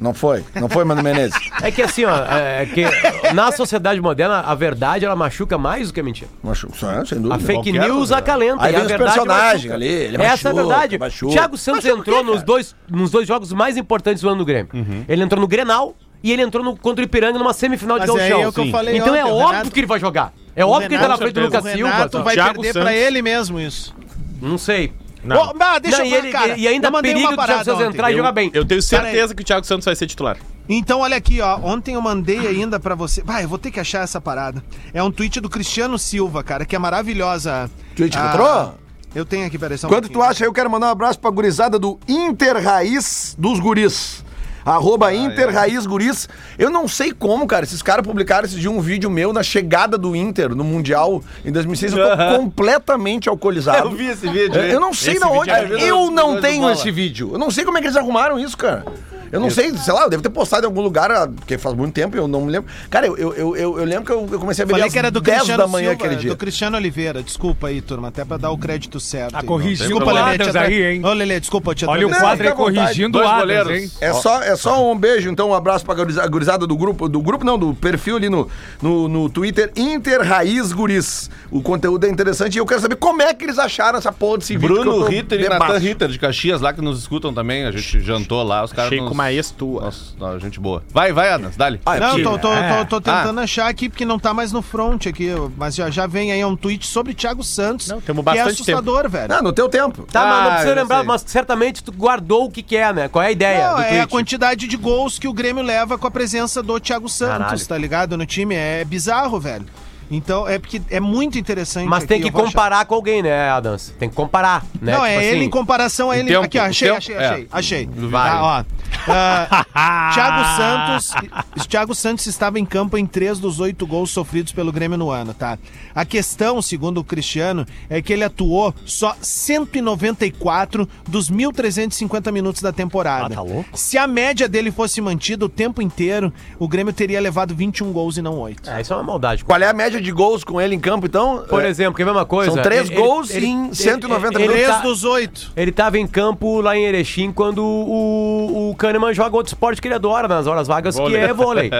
Não foi. Não foi, Mano Menezes. É que assim, ó, é que na sociedade moderna, a verdade ela machuca mais do que a mentira. <laughs> Machu- é, Sem A dúvida. fake qualquer news coisa. acalenta. Aí e a vem os verdade personagens machuca. ali, ele Essa é machuca, a verdade. machuca. Thiago Santos entrou nos é? dois, nos dois jogos mais importantes do ano do Grêmio. Uhum. Ele entrou no Grenal e ele entrou no, contra o Ipiranga numa semifinal de Mas aí Gauchão. é o que eu Sim. falei então é ontem, o óbvio Renato- que ele vai jogar. É óbvio que ele tá na frente do Lucas O Silva. Renato tá? vai Thiago perder Santos. pra ele mesmo isso. Não sei. Não. Bom, ah, deixa Não, eu e, ele- cara. e ainda eu mandei perigo uma de o Thiago parada Santos ontem. entrar e jogar bem. Eu tenho Cara, certeza que o Thiago Santos vai ser titular. Então, olha aqui, ó. Ontem eu mandei ainda pra você. Vai, eu vou ter que achar essa parada. É um tweet do Cristiano Silva, cara, que é maravilhosa. Tweet Ah, retrô? Eu tenho aqui, peraí, só um Enquanto tu pouquinho. acha, eu quero mandar um abraço pra gurizada do Inter Raiz dos Guris. Arroba Inter Raiz Guris. Eu não sei como, cara. Esses caras publicaram esse de um vídeo meu na chegada do Inter no Mundial em 2006. Eu tô Aham. completamente alcoolizado. Eu vi esse É vídeo, Eu, eu não sei esse da vídeo onde. é- Eu não do tenho Bola. esse vídeo. Eu não sei como é que eles arrumaram isso, cara. Eu não sei, sei lá, eu devo ter postado em algum lugar, ah, porque faz muito tempo, eu não me lembro. Cara, eu, eu, eu, eu- eu lembro que eu, eu comecei a beber Falei às que era do 10 Cristiano da manhã Silva, é, aquele dia. do Cristiano Oliveira. Desculpa aí, turma, até pra dar o crédito certo. Ah, aí. corrigiu Desculpa, o Lelê, Adams te atra- aí, hein? Ô, Lelê, desculpa, te Olha o atravessei. quadro aí corrigindo o Dois Adams, goleiros. hein? É só, é só um beijo, então, um abraço pra guriza- gurizada do grupo, do grupo não, do perfil ali no, no, no Twitter, Inter Raiz Guris. O conteúdo é interessante e eu quero saber como é que eles acharam essa porra desse vídeo. que eu Bruno tô Ritter e bebaço. Natan Ritter de Caxias lá que nos escutam também. A gente jantou lá, os caras. Achei nos- com uma ex tua. Nossa, não, gente boa. Vai, vai, Adams, dá-lhe. Não, tô, tô- É. tô- tô tentando achar aqui porque não tá mais no front aqui, mas já, já vem aí é um tweet sobre Thiago Santos. Não, temos que é bastante assustador, velho. Ah, no teu tempo. Tá, mas não precisa eu lembrar, sei. mas certamente tu guardou o que que é, né? Qual é a ideia Não, do é a tweet? quantidade de gols que o Grêmio leva com a presença do Thiago Santos, Caralho. tá ligado? No time. É bizarro, velho. Então, é porque é muito interessante. Mas tem aqui, que eu vou achar. comparar com alguém, né, Adams? Tem que comparar, né? Não, é Tipo ele assim, em comparação a o ele. tempo, aqui, ó, o achei, tempo, achei, é. achei, achei. Vai. Tá, ó. <laughs> Ah, Thiago Santos. Thiago Santos estava em campo em três dos oito gols sofridos pelo Grêmio no ano, tá? A questão, segundo o Cristiano, é que ele atuou só 194 dos 1.350 minutos da temporada. Ah, tá louco? Se a média dele fosse mantida o tempo inteiro, o Grêmio teria levado 21 gols e não oito. É, isso é uma maldade. Qual é a média de gols com ele em campo, então? Por É, exemplo, quer ver uma coisa? São três Ele- gols ele- em ele- 190 ele, minutos. ele, Três tá- dos oito. ele tava em campo lá em Erechim quando o, o Kahneman joga outro esporte que ele adora nas horas vagas, Vôlei. que é <laughs> vôlei.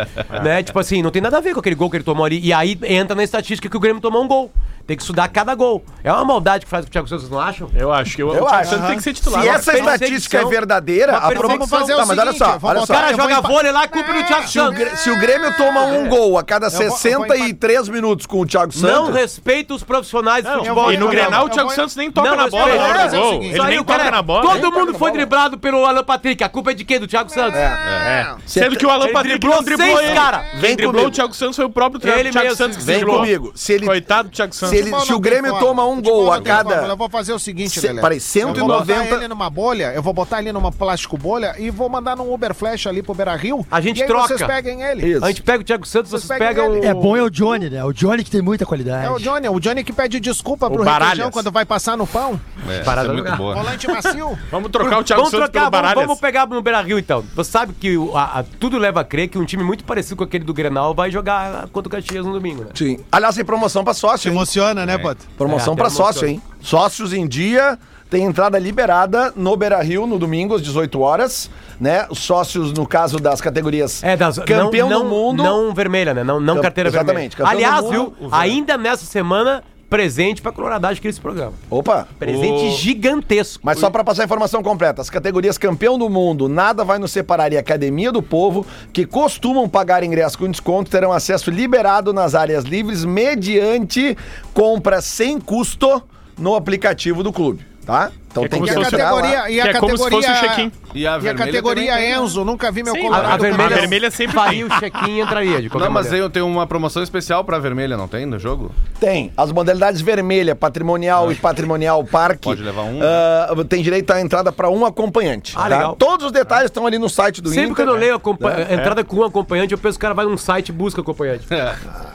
né? Tipo assim, não tem nada a ver com aquele gol que ele tomou ali. E aí entra na estatística que o Grêmio tomou um gol. Tem que estudar cada gol. É uma maldade que faz com o Thiago Santos, vocês não acham? Eu acho que eu, Eu o acho. Thiago Santos tem que ser titular. Se uma essa perseguição- estatística é verdadeira, Uma a perseguição- promoção... Vamos fazer o tá, mas olha seguinte, só, vamos olha O só. botar- cara eu vou joga empa- vôlei lá, culpa do É. Thiago Se o, Santos. Grê- se o Grêmio toma um gol a cada vou- eu vou 63 minutos com o Thiago Não Santos... respeita os profissionais do Não, futebol. e no eu Grenal vou- o Thiago eu Santos nem toca na bola. respeita. na hora do é o gol. seguinte, Ele nem o cara- toca na bola. Todo mundo foi driblado pelo Alan Patrick. A culpa é de quem? Do Thiago Santos. É. Sendo que o Alan Ele Patrick driblou não driblou seis, ele. cara. Quem Vem driblou comigo. o Thiago Santos foi o próprio tra- Ele Thiago mesmo. Santos que se Vem driblou. comigo. Se ele- Coitado do Thiago Se, Santos. ele- se o Grêmio toma um gol a cada... Eu vou fazer o seguinte, Se- Lelé. peraí, Eu vou botar 190 ele numa bolha, eu vou botar ele numa plástico bolha e vou mandar num Uber Flash ali pro Beira Rio. A gente e aí troca. vocês peguem ele. Isso. A gente pega o Thiago Santos, vocês, Vocês pegam pegam o... ele. É bom é o Johnny, né? O Johnny que tem muita qualidade. É o Johnny, o Johnny que pede desculpa pro Baralhas. requeijão quando vai passar no pão. É, essa Parada é no muito lugar. <laughs> boa. Volante macio. Vamos trocar o Thiago vamos Santos trocar, pelo vamos, Baralhas. vamos pegar no Beira Rio então. Você sabe que o- a- a- tudo leva a crer que um time muito parecido com aquele do Grenal vai jogar contra o Caxias no domingo, né? Sim. Aliás, tem promoção pra sócio, hein? Emociona, né, Pato? Promoção É, pra tem promoção. sócio, hein? Sócios em dia, tem entrada liberada no Beira Rio no domingo às 18 horas, né? Os Sócios, no caso das categorias É, das, campeão não, do não- mundo. Não vermelha, né? Não, não Cam- carteira exatamente, vermelha. campeão do Aliás, mundo, viu? Ainda nessa semana, presente pra Coloradagem que é esse programa. Opa! Presente gigantesco. Mas só pra passar a informação completa, as categorias campeão do mundo, nada vai nos separar e Academia do Povo, que costumam pagar ingresso com desconto, terão acesso liberado nas áreas livres mediante compra sem custo no aplicativo do clube, tá? Então É como se fosse- entrar lá. e Que é como se fosse um check-in. E a, E a vermelha categoria também tem, né? Enzo, nunca vi meu Sim, colorado. a, a vermelha, A vermelha sempre faria o check-in e entraria de qualquer Não, mas maneira. aí tem uma promoção especial pra vermelha, não tem no jogo? Tem. As modalidades vermelha, patrimonial e patrimonial parque. Pode levar um, ah, tem direito à entrada para um acompanhante. Ah, legal. Todos os detalhes estão ali no site do Sempre Inter. que eu não leio a compa- entrada com um acompanhante, eu penso que o cara vai num site e busca acompanhante.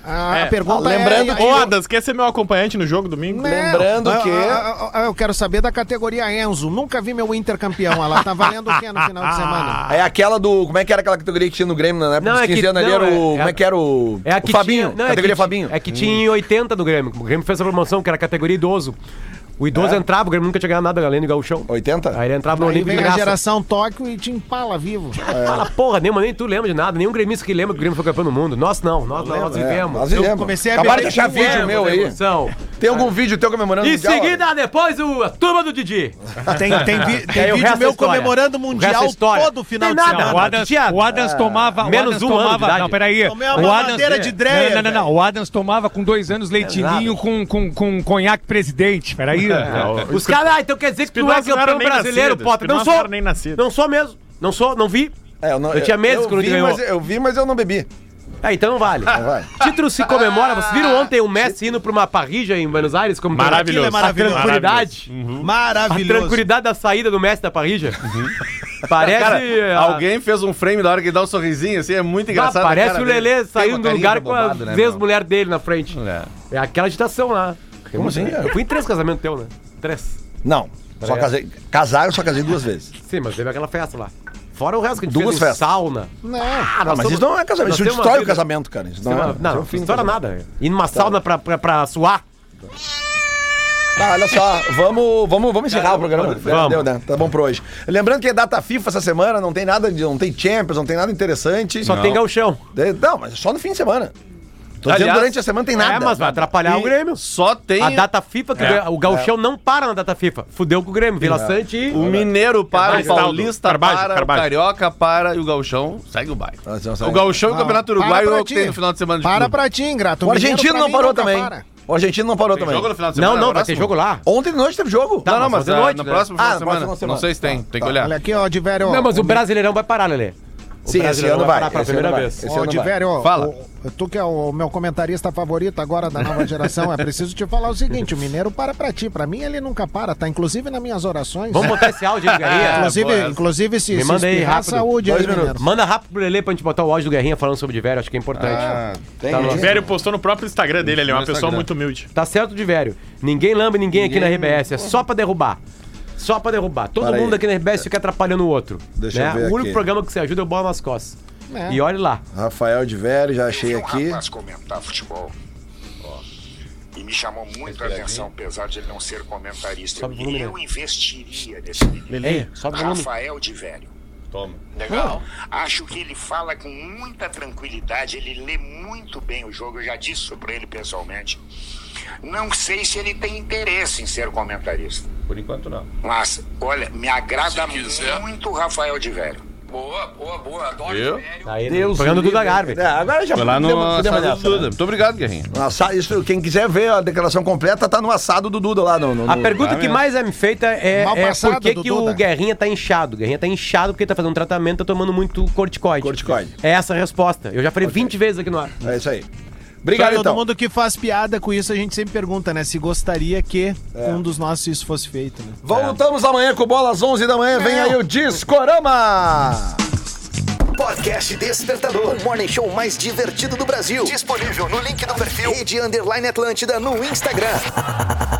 A É. pergunta Ah, lembrando é... que- Ô, Adas, quer ser meu acompanhante no jogo domingo? Lembrando eu- que- Eu, eu- eu quero saber da categoria Enzo. Nunca vi meu Inter campeão. Ela tá valendo o quê no final de semana? É aquela do. Como é que era aquela categoria que tinha no Grêmio na época Não, dos é que- 15 anos ali? não, Era o, é- é- como é que era o. É a que o Fabinho. Tinha, não, categoria é que, Fabinho. ti- É que tinha em 80 do Grêmio. O Grêmio fez a promoção, que era a categoria idoso. O idoso entrava, o Grêmio nunca tinha ganhado nada além do gauchão. 80? Aí ele entrava no Aí Olímpico vem de a graça. geração Tóquio e te empala vivo. Fala, porra, nenhuma, nem tu lembra de nada. Nenhum gremista que lembra que o Grêmio foi campeão do mundo. Nós não, nós não, nós É, vivemos. nós vivemos. comecei a Acabaram de beber achar com vídeo meu aí. Emoção. Tem algum vídeo teu comemorando o é, Em Mundial? seguida, depois, o, a turma do Didi. Tem, tem, vi- tem aí o vídeo resto é meu história. comemorando o O Mundial resto é história. todo final Tem de nada. semana. O Adams, tinha- o Adams tomava. o menos Adams um ano tomava. de idade. não, peraí. Tomei uma o Adams, mamadeira de dreia, Não, não, não, não. O Adams tomava com dois anos leitinho com, com, com conhaque <laughs> presidente. Peraí. Os caras, ah, então quer dizer que tu é Espinosa não era campeão nem brasileiro, nascido. Potter. Não Espinosa não sou. era nem nascido. Não sou mesmo. Não sou, não vi. É, não- Eu tinha meses que o eu vi, Grêmio ganhou. mas eu vi, mas eu não bebi. Ah, então não vale. vale. <laughs> Título se comemora. Vocês viram ontem o Messi indo pra uma parrija em Buenos Aires? Como Maravilhoso. A é tranquilidade. Maravilhoso. A tranquilidade da saída do Messi da parrija. Parece. Cara, a- É alguém fez um frame da hora que ele dá um sorrisinho, assim, é muito engraçado. Ah, parece cara o dele. Lelê Tem saindo uma do carinha lugar de com a bobado, né, meu? ex-mulher dele na frente. É, aquela agitação lá. Como assim? Eu fui em três casamentos teu, né? Três. Não. Só Parece. casei, casar, eu só casei duas vezes. Sim, mas teve aquela festa lá. Fora o resto que a gente Duas fez em festas. sauna. Não, Ah, mas isso não é casamento. Isso destrói o casamento, cara. Isso Não, não, é. não, isso não, é o não fim do estoura casamento. nada. Ir numa sauna pra, pra, pra suar. Tá, olha só, vamos, vamos, vamos encerrar o programa. Vamos. Deu, né? Tá bom pra hoje. Lembrando que é data FIFA essa semana, não tem nada, de- não tem Champions, não tem nada interessante. Só não. tem gauchão. De- Não, mas é só no fim de semana. Tô dizendo Aliás, durante a semana não tem nada. É, mas vai atrapalhar o Grêmio. Só tem. A data FIFA, que o É. Grêmio- o gauchão não para na data FIFA. Fudeu com o Grêmio. Vila É. Sante e... O Mineiro para, Carvalho, o Paulista Carvalho, para, Carvalho. o Carioca para e o Gauchão segue o bairro. O Gauchão e o Não, Campeonato para Uruguaio é pra o que ti. tem no final de semana de Para clube. pra ti, ingrato. O argentino Mineiro, não pra mim, parou nunca também. para. O argentino não parou Tem também. jogo no final de semana? Não, não, vai Próximo? ter jogo lá. Ontem de noite teve jogo. Tá, Não, não, mas mas de é noite, no né? próximo Ah, final no de semana. Tá. próximo Não semana. sei se tem, tem que olhar. Olha aqui, ó, Diverio. Não, mas o Brasileirão vai parar, Lelê. O Sim, esse Brasileirão ano vai vai. parar pra Esse primeira ano vai. vez. Esse Ô, ano vai. Diverio, ó, Fala. o- tu que é o meu comentarista favorito agora da nova geração, é preciso te falar o seguinte, o Mineiro para pra ti, pra mim ele nunca para, tá inclusive nas minhas orações. Vamos botar esse áudio aí, do Guerrinha. É, inclusive, boa. inclusive se, Me se manda aí, espirrar, rápido. saúde aí, Dois minutos. Mineiro. Manda rápido pro Lelê pra gente botar o áudio do Guerrinha falando sobre o Divério, acho que é importante. Ah. Tem Tá isso. lá. O Velho postou no próprio Instagram dele, ele é uma No pessoa Instagram. muito humilde. Tá certo, Divério. Ninguém lambe ninguém, aqui na Ninguém- RBS, é só pra derrubar. Só pra derrubar. Todo Para mundo aí. aqui na RBS fica atrapalhando o outro. Deixa né? eu ver o único aqui. programa que você ajuda é o Bola nas Costas. É. E olhe lá. Rafael de Velho, já achei Eu vi um aqui. rapaz comentar futebol. ó, e me chamou muito a atenção, apesar de ele não ser comentarista. Sobe o Eu, volume, eu investiria nesse menino. Ei, sobe o volume. Rafael de Velho. Toma. Legal. Acho que ele fala com muita tranquilidade, ele lê muito bem o jogo, eu já disse isso pra ele pessoalmente. Não sei se ele tem interesse em ser comentarista. Por enquanto não. Mas, olha, me agrada Se quiser. muito o Rafael de Velho. Boa, boa, boa. Adoro Viu? Diverio. Tá Aí, Deus programa do Duda Garvey. É, agora já Foi lá no podemos- podemos assado do nessa, né? Duda. Muito obrigado, Guerrinha. Assa- Isso, quem quiser ver a declaração completa, tá no assado do Duda lá no. no- né? A no- pergunta tá que mesmo. mais é me feita é, Mal é passado, por que, do que o Duda. Guerrinha tá inchado. O Guerrinha tá inchado porque tá fazendo um tratamento, tá tomando muito corticoide. Corticoide. É essa a resposta. Eu já falei 20 vezes aqui no ar. É isso aí. Obrigado, Todo então. mundo que faz piada com isso, a gente sempre pergunta, né? Se gostaria que É. um dos nossos isso fosse feito, né? Voltamos amanhã com bola às 11 da manhã. Vem aí o Discorama. Podcast Despertador, o morning show mais divertido do Brasil. Disponível no link do perfil Rede Underline Atlântida no Instagram.